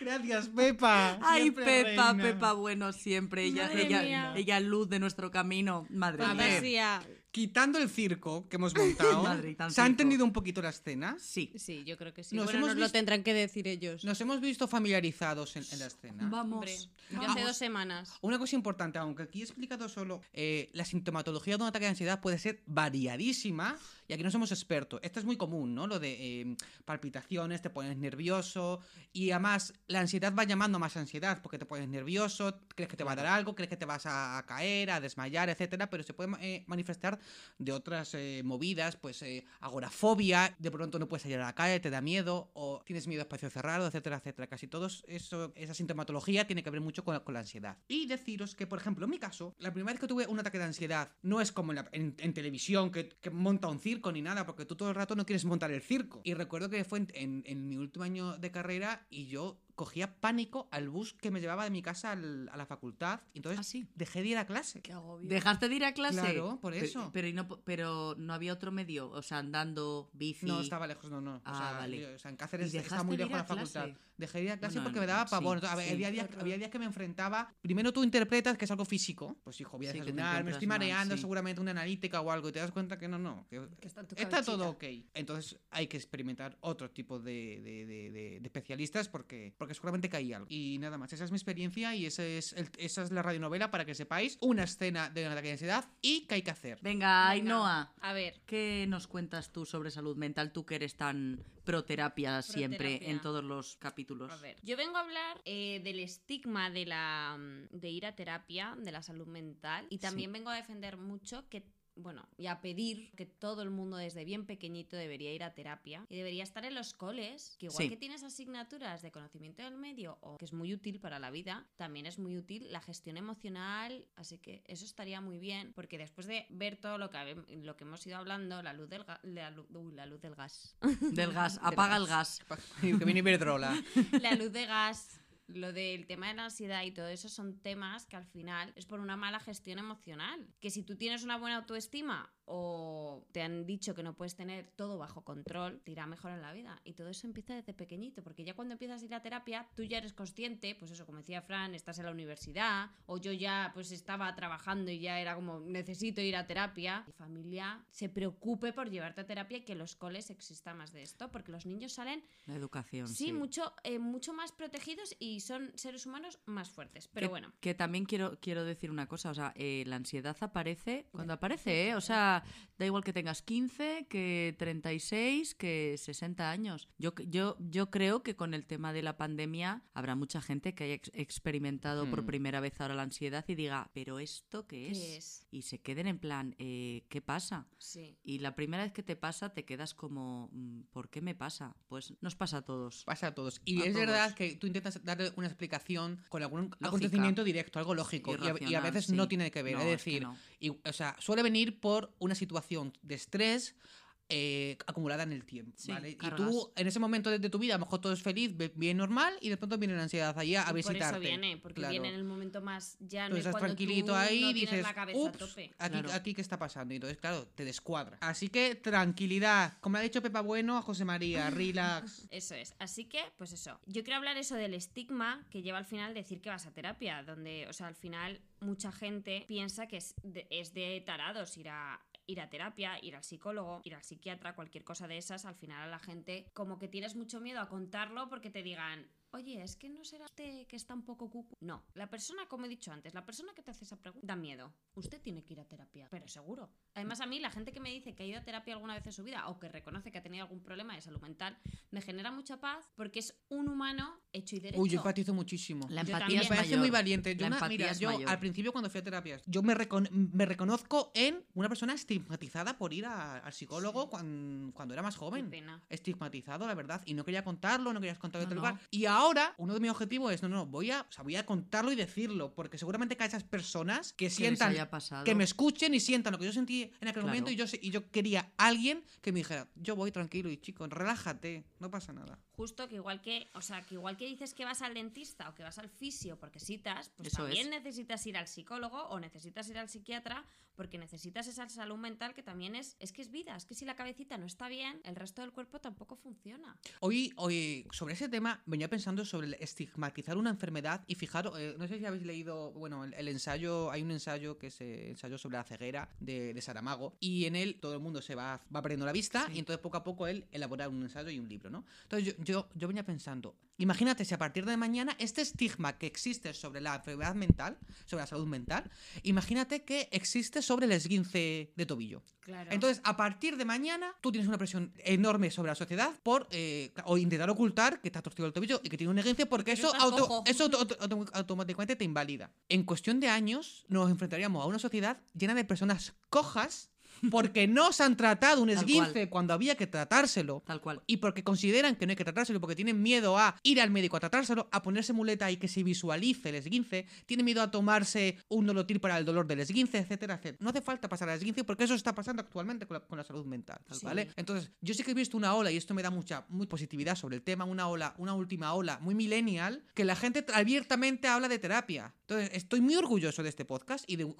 E: Gracias, Pepa.
D: Ay,
E: Siempre
D: Pepa,
E: reina.
D: Pepa, bueno, siempre. Ella,
F: Madre
D: ella,
F: mía.
D: ella luz de nuestro camino. Madre
E: A
D: mía.
E: ver.
F: Fantasía.
E: Quitando el circo que hemos montado,
D: Madre, y tan
E: ¿se ha
D: circo.
E: entendido un poquito la escena?
D: Sí.
C: Sí, yo creo que sí.
E: Nos
C: bueno,
E: hemos
C: nos lo
E: visto-
C: tendrán que decir ellos.
E: Nos hemos visto familiarizados en, en la escena.
C: Hombre,
D: Vamos.
C: yo hace dos semanas.
E: Una cosa importante, aunque aquí he explicado solo, eh, la sintomatología de un ataque de ansiedad puede ser variadísima y aquí no somos expertos. Esto es muy común, ¿no? Lo de eh, palpitaciones, te pones nervioso y además la ansiedad va llamando a más ansiedad porque te pones nervioso, crees que te va a dar algo, crees que te vas a, a caer, a desmayar, etcétera, pero se puede eh, manifestar de otras eh, movidas, pues eh, agorafobia, de pronto no puedes salir a la calle, te da miedo o tienes miedo a espacios cerrados, etcétera, etcétera. Casi todos eso, esa sintomatología tiene que ver mucho con la, con la ansiedad. Y deciros que, por ejemplo, en mi caso, la primera vez que tuve un ataque de ansiedad no es como en, la- en- en televisión que, que monta un circo ni nada, porque tú todo el rato no quieres montar el circo. Y recuerdo que fue en- en- en mi último año de carrera y yo cogía pánico al bus que me llevaba de mi casa al- a la facultad. Y entonces
D: Ah, sí.
E: dejé de ir a clase.
D: ¿Dejaste de ir a clase?
E: Claro, por
D: Pe-
E: eso.
D: Pero, y no, po- pero no había otro medio. O sea, andando, bici.
E: No, estaba lejos, no, no.
D: Ah,
E: o sea,
D: vale.
E: yo- o sea, en Cáceres
D: ¿Y
E: está
D: dejaste
E: muy
D: de
E: lejos
D: ir a
E: la facultad.
D: clase?
E: Dejé de ir a clase
D: Bueno,
E: porque me
D: no,
E: daba
D: sí,
E: pavor. Entonces, había-
D: sí.
E: había, días, había días que me enfrentaba. Primero tú interpretas que es algo físico. Pues hijo, voy a
D: Sí, que te
E: desayunar, me
D: encuentras
E: estoy
D: mal,
E: mareando,
D: sí.
E: seguramente una analítica o algo. Y te das cuenta que no, no. que-
C: está en tu
E: está todo
C: cabecita.
E: ok. Entonces hay que experimentar otro tipo de, de- de- de- de especialistas porque, porque seguramente caí algo. Y nada más, esa es mi experiencia y ese es el- esa es la radionovela para que sepáis una escena de un ataque de ansiedad y qué hay que hacer.
D: Venga,
F: Venga,
D: Ainhoa.
F: A ver,
D: ¿Qué nos cuentas tú sobre salud mental? Tú que eres tan proterapia siempre
F: Proterapia.
D: en todos los capítulos.
F: a ver. Yo vengo a hablar eh, del estigma de la mm, de ir a terapia, de la salud mental, y también vengo a defender mucho que bueno, y a pedir que todo el mundo desde bien pequeñito debería ir a terapia y debería estar en los coles, que igual
D: Sí.
F: que tienes asignaturas de conocimiento del medio o que es muy útil para la vida, también es muy útil la gestión emocional, así que eso estaría muy bien, porque después de ver todo lo que, habe- lo que hemos ido hablando, la luz del, ga- la lu- uy, la luz del gas,
D: Del gas, apaga el gas.
E: que viene Iberdrola.
F: la luz de gas, lo del tema de la ansiedad y todo eso son temas que al final es por una mala gestión emocional. Que si tú tienes una buena autoestima o te han dicho que no puedes tener todo bajo control, te irá mejor en la vida. Y todo eso empieza desde pequeñito, porque ya cuando empiezas a ir a terapia, tú ya eres consciente, pues eso, como decía Fran, estás en la universidad, o yo ya pues estaba trabajando y ya era como, necesito ir a terapia. Mi familia se preocupe por llevarte a terapia y que en los coles exista más de esto, porque los niños salen
D: La educación.
F: Sí,
D: Sí,
F: Mucho, eh, mucho más protegidos y son seres humanos más fuertes. Pero
D: que,
F: bueno,
D: Que también quiero, quiero decir una cosa, o sea, eh, la ansiedad aparece cuando aparece, ¿eh? O sea, da igual que tengas 15, que 36, que 60 años. Yo, yo, yo creo que con el tema de la pandemia habrá mucha gente que haya ex- experimentado por
E: Hmm.
D: primera vez ahora la ansiedad y diga, ¿pero esto qué
F: ¿qué
D: es?
F: es?
D: Y se queden en plan, eh, ¿qué pasa?
F: Sí.
D: Y la primera vez que te pasa te quedas como, mm, ¿por qué me pasa? Pues nos pasa a todos.
E: Pasa a todos. Y
D: A
E: es
D: todos.
E: verdad que tú intentas darle una explicación con algún
D: Lógica.
E: acontecimiento directo, algo lógico. Y a, y a
D: Irracional,
E: veces
D: sí.
E: no tiene que ver.
D: No,
E: es
D: es que
E: decir,
D: no.
E: y- o sea, suele venir por una situación de estrés. eh, acumulada en el tiempo,
D: Sí,
E: ¿vale? Y
D: cargas.
E: tú en ese momento de, de tu vida, a lo mejor todo es feliz, ve- bien normal, y de pronto viene la ansiedad ahí a, a
F: Y por
E: visitarte.
F: eso viene, porque
E: Claro.
F: viene en el momento más llano.
E: Tú
F: y
E: estás
F: cuando
E: tranquilito
F: tú
E: ahí
F: no
E: y
F: tienes
E: dices,
F: la cabeza
E: "Ups,
F: a tope.
E: Aquí,
D: Claro.
E: aquí qué está pasando. Y entonces, claro, te descuadra. Así que tranquilidad. Como le ha dicho Pepa Bueno a José
F: Ah,
E: María, relax.
F: Eso es. Así que, pues eso. Yo quiero hablar eso del estigma que lleva al final decir que vas a terapia, donde, o sea, al final mucha gente piensa que es de, es de tarados ir a ir a terapia, ir al psicólogo, ir al psiquiatra, cualquier cosa de esas, al final a la gente como que tienes mucho miedo a contarlo porque te digan, oye, es que no será usted que está un poco cucu. No, la persona, como he dicho antes, la persona que te hace esa pregunta da miedo. Usted tiene que ir a terapia, pero seguro. Además, a mí la gente que me dice que ha ido a terapia alguna vez en su vida o que reconoce que ha tenido algún problema de salud mental, me genera mucha paz porque es un humano hecho y derecho.
E: Uy, yo empatizo muchísimo.
D: La
F: Yo
D: empatía
F: también.
D: es
E: Me parece
D: mayor.
E: muy valiente. Yo,
D: La
E: una-
D: empatía
E: mira,
D: es
E: yo
D: mayor.
E: al principio cuando fui a terapias, yo me, recon- me reconozco en una persona estigmatizada por ir a- al psicólogo cuan- cuando, era más
F: Qué
E: joven.
F: pena.
E: Estigmatizado, la verdad. Y no quería contarlo, no querías contarlo en
D: No,
E: otro lugar. Y ahora, uno de mis objetivos es, no, no, voy a, o sea, voy a contarlo y decirlo. Porque seguramente que a esas personas que,
D: Que les
E: sientan
D: haya pasado.
E: que me escuchen y sientan lo que yo sentí en aquel
D: Claro.
E: momento y yo, se- y yo quería a alguien que me dijera, yo voy tranquilo y chico, relájate, no pasa nada.
F: justo que igual que, o sea, que igual que dices que vas al dentista o que vas al fisio porque citas, pues
D: Eso
F: también
D: es.
F: necesitas ir al psicólogo o necesitas ir al psiquiatra porque necesitas esa salud mental que también es, es que es vida, es que si la cabecita no está bien, el resto del cuerpo tampoco funciona.
E: Hoy, hoy, sobre ese tema, venía pensando sobre el estigmatizar una enfermedad y fijaros, eh, no sé si habéis leído, bueno, el, el ensayo, hay un ensayo que es eh, ensayo sobre la ceguera de, de Saramago y en él todo el mundo se va, va perdiendo la vista y entonces poco a poco él elabora un ensayo y un libro, ¿no? Entonces yo, yo, yo venía pensando, imagínate si a partir de mañana este estigma que existe sobre la enfermedad mental, sobre la salud mental, imagínate que existe sobre el esguince de tobillo.
F: Claro.
E: Entonces, a partir de mañana, tú tienes una presión enorme sobre la sociedad por eh, o intentar ocultar que te has torcido el tobillo y que tienes una esguince porque eso,
C: estás
E: auto-
C: cojo.
E: eso auto- auto- automáticamente te invalida. En cuestión de años, nos enfrentaríamos a una sociedad llena de personas cojas porque no se han tratado un
D: Tal cual.
E: esguince cuando había que tratárselo.
D: Tal cual.
E: Y porque consideran que no hay que tratárselo, porque tienen miedo a ir al médico a tratárselo, a ponerse muleta y que se visualice el esguince, tienen miedo a tomarse un nolotil para el dolor del esguince, etcétera, etcétera. No hace falta pasar al esguince porque eso está pasando actualmente con la, con la salud mental,
D: Sí.
E: ¿vale? Entonces, yo sí que he visto una ola, y esto me da mucha muy positividad sobre el tema, una ola, una última ola muy millennial, que la gente tra- abiertamente habla de terapia. Entonces, estoy muy orgulloso de este podcast y de,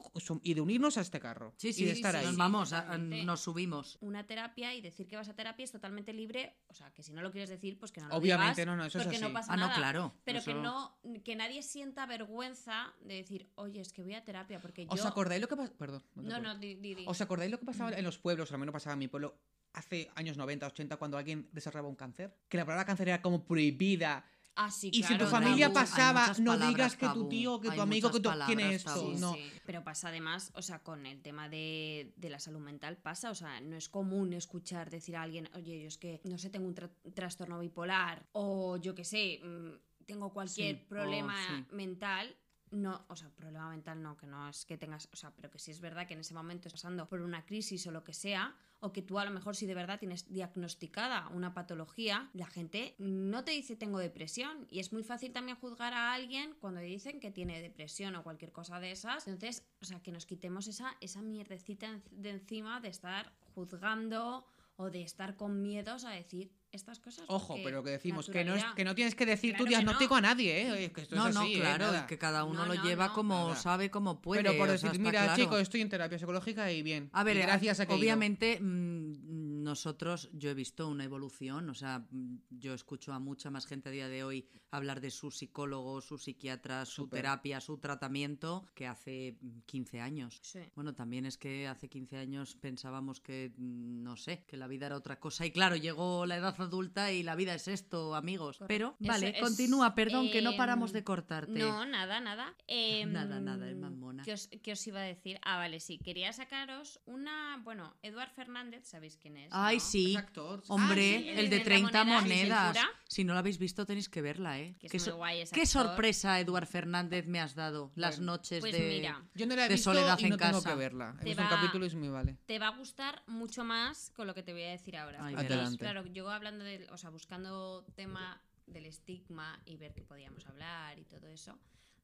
E: y de unirnos a este carro.
D: Sí,
E: y
D: sí,
E: de estar ahí.
D: Nos vamos, a- a-
F: totalmente.
D: nos subimos.
F: una terapia y decir que vas a terapia es totalmente libre, o sea, que si no lo quieres decir, pues que no lo
E: Obviamente,
F: digas,
E: no, no, eso es
F: porque
E: así.
F: no pasa
D: Ah, no,
F: nada.
D: claro.
F: Pero que
D: Eso-
F: no, que nadie sienta vergüenza de decir, oye, es que voy a terapia, porque yo.
E: ¿Os acordáis lo que pasó? Perdón. no te
F: No,
E: puedo.
F: no, di, di- di.
E: ¿Os acordáis lo que pasaba
D: Mm.
E: en los pueblos, o al menos pasaba en mi pueblo, hace años 90, 80, cuando alguien desarrollaba un cáncer? Que la palabra cáncer era como prohibida.
F: Ah, sí,
E: y si
F: claro,
E: tu familia
F: tabú.
D: pasa-
E: pasaba,
D: muchas
E: no
D: palabras
E: digas que tu
D: tabú,
E: tío, que
D: hay
E: tu amigo, que tu...
D: muchas
E: ¿Quién
D: palabras
E: es esto?
D: tabú.
E: no.
F: Ah, Sí, Pero pasa además, o sea, con el tema de, de la salud mental pasa, o sea, no es común escuchar decir a alguien, oye, yo es que, no sé, tengo un tra- trastorno bipolar, o yo qué sé, mm, tengo cualquier
D: Sí, o
F: problema
D: sí.
F: mental. No, o sea, problema mental no, que no es que tengas, o sea, pero que sí es verdad que en ese momento estás pasando por una crisis o lo que sea, o que tú a lo mejor si de verdad tienes diagnosticada una patología, la gente no te dice tengo depresión y es muy fácil también juzgar a alguien cuando dicen que tiene depresión o cualquier cosa de esas. Entonces, o sea, que nos quitemos esa, esa mierdecita en- de encima de estar juzgando o de estar con miedos a decir estas cosas.
E: Ojo,
F: porque
E: pero que decimos que no, es,
F: naturalidad.
E: que no tienes que decir tu
F: Claro que no.
E: diagnóstico a nadie, ¿eh? Es que esto
D: No,
E: es
D: no,
E: así, ¿eh?
D: claro,
E: Nada.
D: que cada uno
F: No,
D: lo
F: no,
D: lleva
F: no.
D: como
E: Nada.
D: sabe, como puede.
E: Pero por
D: o sea,
E: decir,
D: está
E: mira,
D: claro".
E: chicos, estoy en terapia psicológica y bien.
D: A ver,
E: Y gracias a que he ido.
D: obviamente mm, nosotros, yo he visto una evolución, o sea, mm, yo escucho a mucha más gente a día de hoy hablar de su psicólogo, su psiquiatra, su
E: Súper.
D: terapia, su tratamiento, que hace mm, 15 años.
F: Sí.
D: Bueno, también es que hace 15 años pensábamos que, mm, no sé, que la vida era otra cosa. Y claro, llegó la edad adulta y la vida es esto, amigos. Pero,
F: Eso
D: vale,
F: es,
D: continúa, perdón, que no paramos
F: em,
D: de cortarte.
F: No, nada, nada. Em,
D: Nada, nada, es más mona.
F: ¿qué os, qué os iba a decir? Ah, vale, sí. Quería sacaros una. Bueno, Eduard Fernández, ¿sabéis quién es?
D: Ay,
F: no?
D: sí.
E: Es actor, sí.
D: Hombre,
F: Ah, sí,
D: el de 30 monedas.
F: sin censura.
D: Si no la habéis visto, tenéis que verla, ¿eh?
F: Que es
D: qué
F: muy guay ese
D: qué
F: actor.
D: sorpresa, Eduard Fernández, me has dado las noches
F: Pues
D: de.
F: mira,
E: Yo no la he
D: de
E: visto
D: soledad
E: y no
D: en
E: tengo
D: casa.
E: que verla. He
F: Te
E: visto un
F: va-
E: capítulo y se me vale.
F: te va a gustar mucho más con lo que te voy a decir ahora.
D: Ay,
F: porque,
E: Adelante.
F: Claro, yo hablando del, o sea, buscando tema del estigma y ver qué podíamos hablar y todo eso.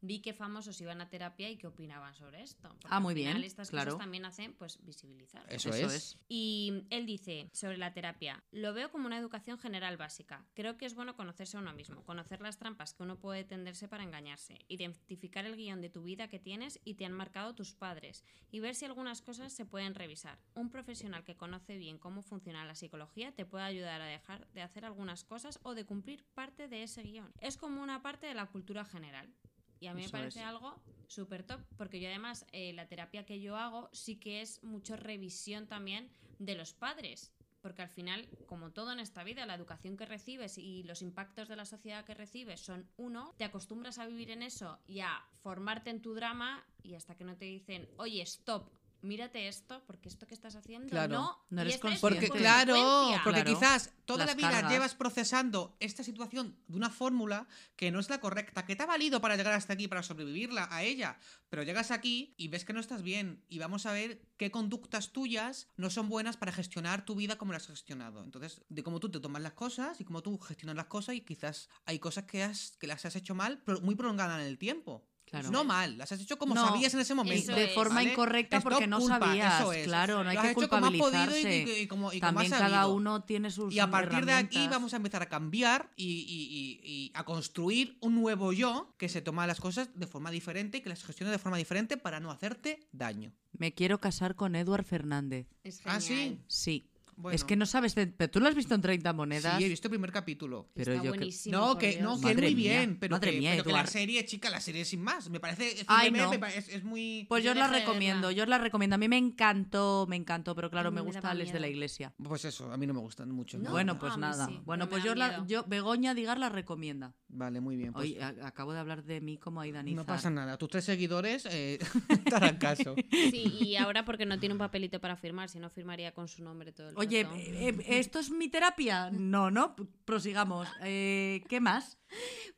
F: Vi que famosos iban a terapia y qué opinaban sobre esto. porque
D: Ah, muy
F: al
D: bien,
F: final Estas
D: claro. Eh.
F: cosas también hacen, pues, visibilizar.
E: Eso,
D: Eso
E: es.
D: es.
F: Y él dice sobre la terapia, lo veo como una educación general básica. Creo que es bueno conocerse a uno mismo, conocer las trampas que uno puede tenderse para engañarse, identificar el guión de tu vida que tienes y te han marcado tus padres, y ver si algunas cosas se pueden revisar. Un profesional que conoce bien cómo funciona la psicología te puede ayudar a dejar de hacer algunas cosas o de cumplir parte de ese guión. Es como una parte de la cultura general. Y a mí
D: Eso
F: me parece
D: es.
F: algo súper top, porque yo además eh, la terapia que yo hago sí que es mucho revisión también de los padres. Porque al final, como todo en esta vida, la educación que recibes y los impactos de la sociedad que recibes son uno, te acostumbras a vivir en eso y a formarte en tu drama y hasta que no te dicen, oye, stop, mírate esto, porque esto que estás haciendo
E: Claro.
F: no,
D: No
F: y
D: eres
F: esta es tu
E: Porque,
D: Siempre.
E: claro,
F: consecuencia".
E: porque
D: Claro.
E: quizás toda
D: Las
E: la vida
D: cargas.
E: llevas procesando esta situación de una fórmula que no es la correcta, que te ha valido para llegar hasta aquí, para sobrevivirla a ella. Pero llegas aquí y ves que no estás bien. Y vamos a ver qué conductas tuyas no son buenas para gestionar tu vida como las has gestionado. Entonces, de cómo tú te tomas las cosas y cómo tú gestionas las cosas, y quizás hay cosas que, has, que las has hecho mal, pero muy prolongadas en el tiempo.
D: Claro.
E: No mal, las has hecho como
D: No,
E: sabías en ese momento.
D: de
F: es.
D: forma
E: ¿vale?
D: incorrecta
E: Es tu
D: porque no
E: culpa,
D: sabías.
E: eso es.
D: Claro, no hay
E: Lo has
D: que
E: hecho como has podido y-
D: culpabilizarse.
E: y- y como- y como
D: También
E: has
D: cada
E: sabido.
D: uno tiene sus
E: Y a partir de aquí
D: herramientas.
E: vamos a empezar a cambiar y, y- y- y a construir un nuevo yo que se toma las cosas de forma diferente y que las gestione de forma diferente para no hacerte daño.
D: Me quiero casar con Eduard Fernández.
F: Es genial.
E: ¿Ah, sí?
D: Sí.
E: Bueno.
D: Es que no sabes. de- Pero tú lo has visto en 30 monedas.
E: Sí, he visto el primer capítulo.
D: Pero
F: Está
D: yo que-
F: buenísimo,
E: No,
F: por
E: que, no,
F: Dios.
E: que
D: Madre
E: muy
D: mía,
E: bien, pero,
D: madre
E: que,
D: mía,
E: pero que la
D: Eduard.
E: serie, chica, la serie sin más. Me parece.
D: Ay,
E: CMM,
D: no.
E: me pa- es, es muy.
D: Pues yo,
F: Yo
D: os la
F: dejé de
D: recomiendo,
F: verla.
D: yo os la recomiendo. A mí me encantó, me encantó, pero claro,
F: A mí
D: me
F: me
D: gusta
F: daba
D: Les de la
F: miedo.
D: Iglesia.
E: Pues eso, a mí no me gustan mucho.
F: No.
D: bueno,
E: nada.
D: pues
F: a mí
D: nada.
F: sí,
D: bueno,
F: pero
D: pues
F: me
D: yo,
F: da
D: la-
F: miedo.
D: yo- Begoña Digar la recomienda.
E: Vale, muy bien. pues
D: Hoy a- acabo de hablar de mí como Aidan
E: no
D: Izar.
E: pasa nada. Tus tres seguidores eh, te harán caso.
F: Sí, y ahora porque no tiene un papelito para firmar, si no firmaría con su nombre todo el
D: Oye,
F: rato.
D: eh, eh, ¿esto es mi terapia? No, no, p- prosigamos. Eh, ¿Qué más?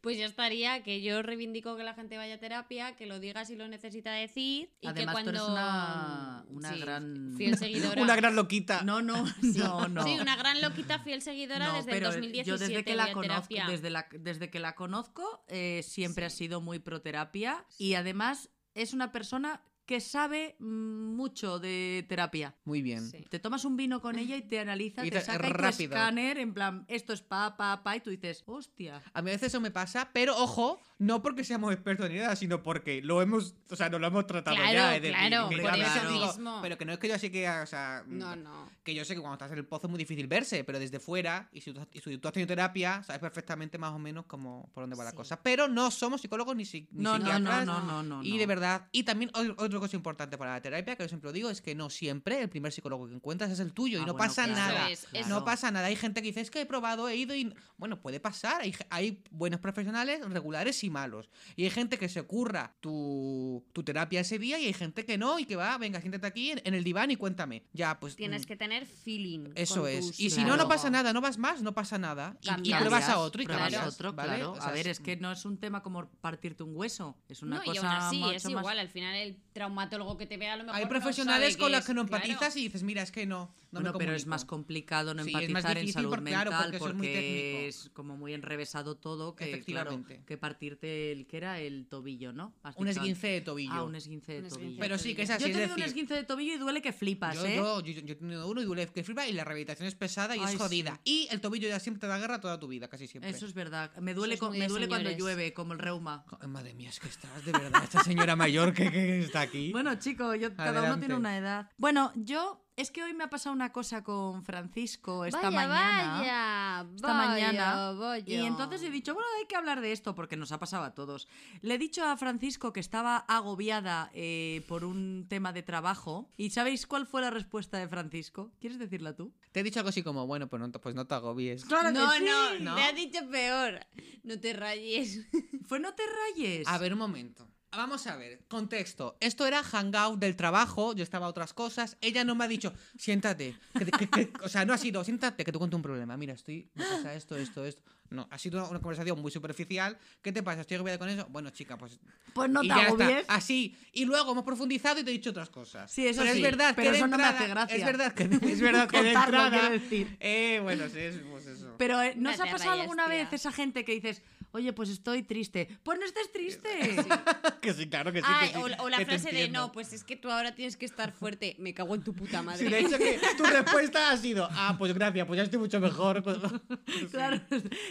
F: Pues ya estaría, que yo reivindico que la gente vaya a terapia, que lo diga si lo necesita decir. Y que
D: Además, tú
F: cuando.
D: eres una- una gran-
F: Fiel seguidora.
E: Una gran loquita.
D: No, no, no, no.
F: Ah. Sí, una gran loquita fiel seguidora
D: No,
F: desde
D: pero eh,
F: el 2017.
D: yo desde que
F: voy
D: la
F: a
D: conozco,
F: terapia.
D: desde, la- desde que la conozco, eh, siempre ha sido muy proterapia y además es una persona que sabe mm, mucho de terapia.
E: Muy bien.
F: Sí.
D: Te tomas un vino con ella y te analiza,
E: Y
D: te
E: te-
D: saca y tu
E: rápido.
D: escáner, en plan, esto es pa, pa, pa, y tú dices, hostia.
E: A mí a veces eso me pasa, pero ojo, no porque seamos expertos ni nada, sino porque lo hemos, o sea, nos lo hemos tratado
F: Claro,
E: ya. es decir,
F: claro,
E: que yo
D: por
E: a veces
D: eso
E: digo,
F: mismo.
E: Pero que no es que yo así que, o sea, mm,
F: No, no.
E: que yo sé que cuando estás en el pozo es muy difícil verse, pero desde fuera, y si tú, y si tú has tenido terapia, sabes perfectamente más o menos cómo, por dónde va la
F: Sí.
E: cosa. Pero no somos psicólogos ni, si- ni
D: No, no, no,
E: psiquiatras.
D: no, no, no.
E: y
D: no.
E: de verdad, y también o- otra cosa importante para la terapia, que yo siempre lo digo, es que no siempre el primer psicólogo que encuentras es el tuyo
D: Ah,
E: y no
D: bueno,
E: pasa
D: claro,
E: nada.
F: Eso es,
E: No
D: claro.
E: pasa nada. Hay gente que dice, es que he probado, he ido y... Bueno, puede pasar. Hay, hay buenos profesionales, regulares y malos. Y hay gente que se curra tu, tu terapia ese día y hay gente que no y que va, venga, siéntate aquí en, en el diván y cuéntame. Ya, pues...
F: Tienes
E: mm,
F: que tener feeling.
E: Eso
F: con
E: es.
F: tu
E: Y si no, no
F: psicólogo.
E: pasa nada. No vas más, no pasa nada. Y- Y,
F: Cambias.
E: pruebas a otro y
D: Pruebas
E: cambias,
D: a otro,
E: ¿vale?
D: claro.
E: O sea,
D: a ver, es
E: mm.
D: que no es un tema como partirte un hueso. Es una
F: No,
D: cosa
F: y aún así,
D: mucho
F: es
D: más-
F: igual. Al final, el traumatólogo que te vea a lo mejor.
E: Hay
F: no
E: profesionales
F: sabe
E: con
F: qué
E: las que no
F: es, claro.
E: empatizas y dices, mira, es que no. no me
D: Bueno, pero es
E: comunico".
D: más complicado no
E: Sí, es más
D: empatizar en
E: difícil
D: salud
E: por- claro,
D: mental porque,
E: porque eso es muy técnico.
D: es como muy enrevesado todo que claro,
E: Efectivamente.
D: que partirte el que era el tobillo, ¿no? Has
E: Un
D: dicho
E: esguince de tobillo.
D: antes. Ah, un esguince de
F: Un esguince
D: tobillo.
F: de
E: Pero sí que es
D: yo
E: así.
D: he
E: es
D: tenido un
E: decir,
D: esguince de tobillo y duele que flipas,
E: Yo,
D: ¿eh?
E: yo, yo- yo he tenido uno y duele que flipa y la rehabilitación es pesada y
D: Ay,
E: es
D: sí.
E: jodida. Y el tobillo ya siempre te da guerra toda tu vida, casi siempre.
D: Eso es verdad. Me duele,
F: es
D: co-
F: muy
D: me
F: de
D: duele cuando
F: señores.
D: llueve, como el reuma.
E: Ay, Madre mía, es que estás de verdad, esta señora mayor que, que está aquí.
D: Bueno, chicos, yo, cada uno
E: Adelante.
D: tiene una edad. Bueno, yo es que hoy me ha pasado una cosa con Francisco esta
F: Vaya,
D: mañana.
F: Vaya,
D: esta
F: vaya,
D: mañana.
F: vaya.
D: Y entonces he dicho, bueno, hay que hablar de esto porque nos ha pasado a todos. Le he dicho a Francisco que estaba agobiada eh, por un tema de trabajo. ¿Y sabéis cuál fue la respuesta de Francisco? ¿Quieres decirla tú?
E: Te he dicho algo así como, bueno, pues no, te- pues no te agobies.
D: ¡Claro
C: No,
D: no,
C: no,
E: ¿No?
C: te ha dicho peor. No te rayes.
D: Fue no te rayes.
E: A ver, un momento. Vamos a ver, contexto. Esto era hangout del trabajo, yo estaba a otras cosas. Ella no me ha dicho, siéntate. que te- que- que- o sea, no ha sido, siéntate, que te cuento un problema. Mira, estoy, me pasa esto, esto, esto. No, ha sido una, una conversación muy superficial. ¿Qué te pasa? ¿Estoy agobiada con eso? Bueno, chica, pues.
D: Pues no
E: y
D: te
E: ya está.
D: agobies.
E: Así. Y luego hemos profundizado y te he dicho otras cosas.
D: Sí, eso
E: pero
D: sí,
E: es verdad
D: pero
E: que de
D: eso no me
E: entrada-
D: hace gracia.
E: Es verdad que, es verdad que de
D: Contarlo,
E: entrada-
D: quiero decir.
E: Eh, bueno, sí, es- pues eso.
D: Pero eh, ¿no
F: No
D: os ha
F: te
D: pasado
F: rayes,
D: alguna
F: tía.
D: vez esa gente que dices, oye, pues estoy triste? Pues no estés triste.
E: que sí, claro que sí.
C: Ay,
E: que sí,
C: o, la- o la
E: que te
C: frase de
E: entiendo.
C: no, pues es que tú ahora tienes que estar fuerte. Me cago en tu puta madre.
E: Sí, de hecho que tu respuesta ha sido, ah, pues gracias, pues ya estoy mucho mejor. Pues-
D: Claro,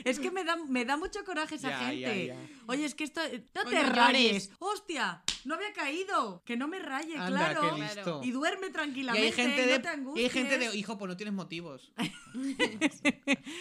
D: es que me da, me da mucho coraje esa
E: Ya, ya,
D: gente.
E: ya.
D: Oye, es que esto. ¡No
C: Oye,
D: te
C: no
D: rayes! ¡Hostia! ¡No había caído! ¡Que no me raye,
E: Anda,
D: claro!
E: qué listo.
D: Y duerme
E: Y
D: tranquilamente.
E: hay gente
D: y eh, no
E: de,
D: te
E: y hay
D: angusties.
E: gente de, hijo, pues no tienes motivos.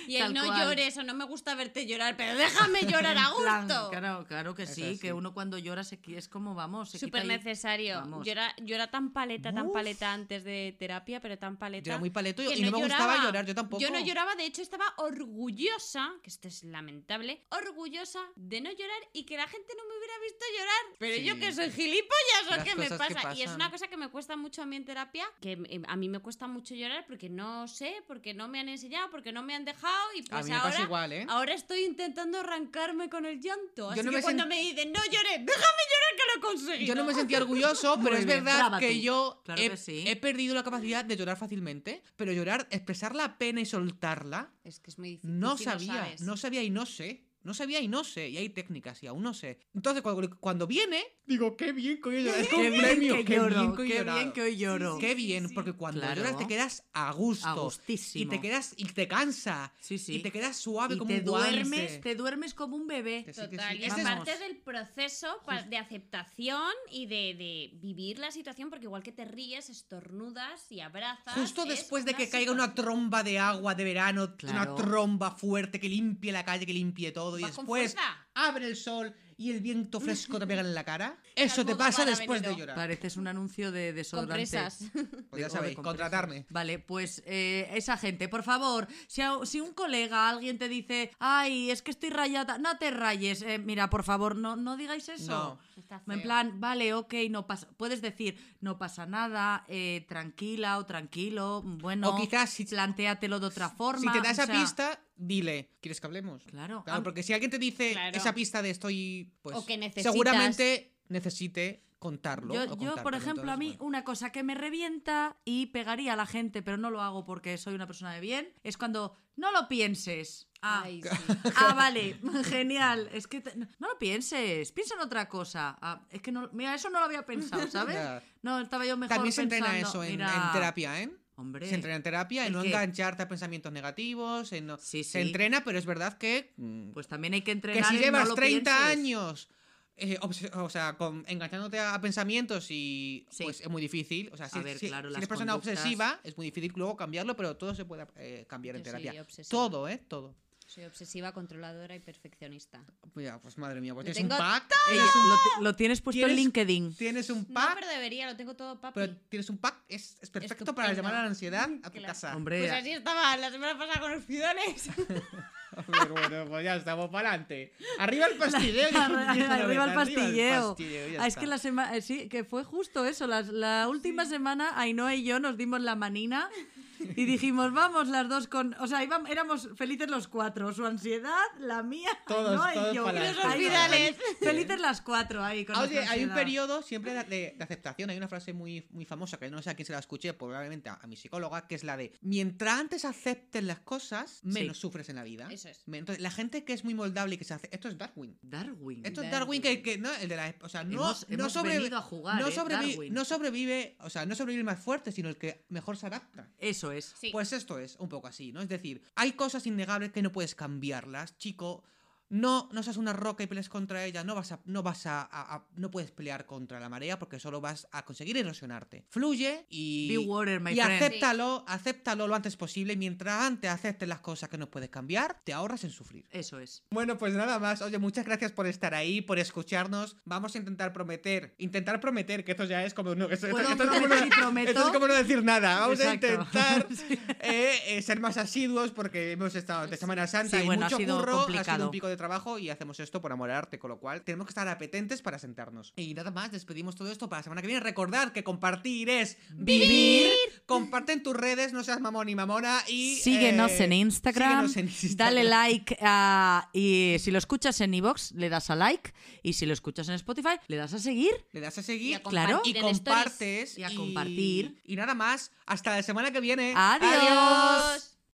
C: Y
D: Tal
C: el no
D: cual.
C: llores o no me gusta verte llorar, pero déjame llorar a
D: En plan,
C: gusto.
D: Claro, claro que
E: Eso
D: sí, que
E: sí.
D: uno cuando llora se, qui- es como vamos. se quita
F: Súper
D: ahí-
F: necesario.
D: Vamos.
F: Yo era, yo era tan paleta, tan
E: Uf.
F: paleta antes de terapia, pero tan paleta.
E: Yo era muy paleto y
F: que
E: y no, me gustaba llorar, yo tampoco.
F: Yo no lloraba, de hecho estaba orgullosa, que esto es lamentable, orgullosa de no llorar y que la gente no me hubiera visto llorar. Pero
E: Sí.
F: yo que soy gilipollas,
E: Las
F: ¿o qué me
E: cosas
F: pasa?
E: que
F: Y es
E: pasan.
F: una cosa que me cuesta mucho a mí en terapia, que eh, a mí me cuesta mucho llorar porque no sé, porque no me han enseñado, porque no me han dejado y
E: A
F: pues
E: mí me pasa
F: ahora...
E: igual, ¿eh?
F: Ahora estoy intentando arrancarme con el llanto.
E: Yo
F: Así
E: no
F: que
E: me
F: cuando
E: sent-
F: me dicen, no lloré, déjame llorar que lo he conseguido.
E: Yo no me sentía orgulloso, pero
D: Muy
E: es
D: bien,
E: verdad
D: brava
E: que
D: tú.
E: yo
D: Claro
E: he,
D: que sí.
E: he perdido la capacidad de llorar fácilmente, pero llorar, expresar la pena y soltarla,
F: Es que es muy difícil.
E: no
F: si
E: sabía,
F: sabes.
E: no sabía y no sé. No sabía y no sé, y hay técnicas y aún no sé. Entonces, cuando, cuando viene, digo, qué bien que hoy he llorado. Es como un premio.
D: que lloro,
E: hoy he
D: qué
E: llorado.
D: bien que hoy lloro.
E: Qué bien, porque cuando
D: Claro.
E: lloras te quedas a gusto.
D: A gustísimo.
E: Y te quedas, y te cansa.
D: Sí, sí.
E: Y te quedas suave
D: Y
E: como
D: te
E: un guante.
D: duermes, te duermes como un bebé.
E: Que sí, que sí.
F: Total, y es
E: Ese es-
F: parte del proceso pa- de aceptación y de, de vivir la situación, porque igual que te ríes, estornudas y abrazas.
E: Justo
F: es
E: después de que
F: una
E: caiga una
F: situación.
E: tromba de agua de verano,
D: Claro.
E: una tromba fuerte que limpie la calle, que limpie todo, y
F: Vas con
E: después
F: fuerza.
E: abre el sol y el viento fresco te pega en la cara. Eso te
C: Carnudo
E: pasa
C: para
E: después de
C: Benito.
E: llorar.
D: Pareces un anuncio de desodorante.
C: Compresas.
E: Pues ya
D: Oye,
E: sabéis,
D: compresas.
E: contratarme.
D: Vale, pues eh, esa gente, por favor, si, a- si un colega, alguien te dice, ay, es que estoy rayada, no te rayes, eh, mira, por favor, no, no digáis eso.
E: No.
F: Está feo.
D: En plan, vale, ok, no pasa. Puedes decir, no pasa nada, eh, tranquila o tranquilo, bueno.
E: O quizás si-
D: Plantéatelo de otra forma.
E: Si te da
D: o
E: esa
D: sea,
E: pista, dile, ¿quieres que hablemos?
D: Claro.
E: Claro, porque si alguien te dice
F: Claro.
E: esa pista de estoy, pues
F: O que necesitas.
E: seguramente necesite contarlo.
D: Yo,
E: o
D: yo,
E: contártelo,
D: por ejemplo, a mí
E: entonces, bueno.
D: una cosa que me revienta y pegaría a la gente, pero no lo hago porque soy una persona de bien, es cuando no lo pienses. Ah,
C: Ay, sí.
D: ah, vale, genial. Es que te- no, no lo pienses, piensa en otra cosa. Ah, es que no, mira, eso no lo había pensado, ¿sabes?
E: Ya.
D: No, estaba yo mejor
E: También se entrena
D: pensando,
E: eso en,
D: mira,
E: en terapia, ¿eh?
D: Hombre.
E: Se entrena en terapia, en
D: El
E: no
D: que-
E: engancharte a pensamientos negativos. En no-
D: Sí,
E: Se
D: sí.
E: entrena, pero es verdad que. mm,
D: Pues también hay que entrenar.
E: que si
D: en
E: llevas
D: no lo
E: 30
D: pienses.
E: años. eh, obs- o sea, con- enganchándote a, a pensamientos y
D: Sí.
E: pues es muy difícil. O sea, si,
D: A ver,
E: si-
D: claro,
E: si
D: las
E: eres persona
D: conductas-
E: obsesiva, es muy difícil luego cambiarlo, pero todo se puede eh, cambiar en
C: Yo soy
E: terapia.
C: obsesiva.
E: Todo, ¿eh? Todo.
C: Soy obsesiva, controladora y perfeccionista.
E: Ya, pues madre mía, pues
C: Yo
E: tienes un
C: tengo-
E: pack.
D: Ella, lo, ti- lo tienes puesto en
E: ¿Quieres-
D: LinkedIn.
E: Tienes un
C: No,
E: pack.
C: pero debería, lo tengo todo papi.
E: Pero tienes un pack, es, es perfecto para
C: Estupendo.
E: llamar a la ansiedad a tu
C: Claro.
E: casa.
D: Hombre,
C: Pues así estaba la semana pasada con los fidones.
E: Pero bueno, pues ya estamos para adelante. Arriba el pastilleo. dijo un viejo
D: Arriba,
E: noventa,
D: el pastilleo.
E: pastilleo, ya
D: Ah, es
E: está.
D: que la semana, sí, que fue justo eso. las- la última semana, Ainhoa y yo nos dimos la manina y dijimos, vamos las dos con. O sea, íbam- éramos felices los cuatro. Su ansiedad, la mía,
E: Todos,
D: Ainhoa
E: todos
D: y yo.
E: para
D: Ahí
E: adelante.
D: vamos,
E: Virales.
D: fel- Felices las cuatro ahí con
E: Oye,
D: nuestra
E: hay un
D: ansiedad.
E: periodo siempre de, de- de aceptación. Hay una frase muy, muy famosa que no sé a quién se la escuché, probablemente a, a mi psicóloga, que es la de: mientras antes aceptes las cosas, menos sufres en la vida.
C: Eso es.
E: Me- Entonces, la gente que es muy moldable y que se hace. Esto es Darwin.
D: Darwin.
E: Esto es Darwin,
C: Darwin.
E: que, que no, el de la. O sea, no,
D: Hemos-
E: no
D: hemos
E: sobrevi-
D: venido a jugar,
E: no
D: eh,
E: sobrevi-
D: Darwin.
E: no sobrevive. O sea, no sobrevive el más fuerte, sino el que mejor se adapta.
D: Eso es.
C: Sí.
E: Pues esto es un poco así, ¿no? Es decir, hay cosas innegables que no puedes cambiarlas, chico. No, no seas una roca y pelees contra ella, no vas a, no vas a, a- a- no puedes pelear contra la marea porque solo vas a conseguir erosionarte. Fluye y
D: Be water, my
E: y
D: friend.
E: acéptalo, acéptalo lo antes posible. Mientras antes aceptes las cosas que no puedes cambiar, te ahorras en sufrir.
D: Eso es.
E: Bueno, pues nada más. Oye, muchas gracias por estar ahí, por escucharnos. Vamos a intentar prometer, intentar prometer que esto ya es como no, esto, esto-
D: Puedo
E: esto es como
D: prometer
E: no-
D: y prometo.
E: esto es como no decir nada. Vamos
D: Exacto.
E: a intentar eh, eh, ser más asiduos porque hemos estado de Semana Santa
D: Sí,
E: y
D: bueno, ha
E: mucho
D: sido
E: curro, ha sido
D: complicado.
E: un pico de trabajo y hacemos esto por amor al arte, con lo cual tenemos que estar apetentes para sentarnos. Y nada más, despedimos todo esto para la semana que viene. Recordar que compartir es vivir. Comparte en tus redes, no seas mamón ni mamona y
D: Síguenos
E: eh,
D: en Instagram,
E: síguenos en
D: dale
E: Instagram.
D: like a- y si lo escuchas en iVoox, le das a like y si lo escuchas en Spotify, le das a seguir.
E: Le das a seguir
C: Y a
D: Claro.
E: y
C: compartir en stories.
E: compartes
D: Y a compartir.
E: y nada más hasta la semana que viene
D: Adiós.
C: Adiós.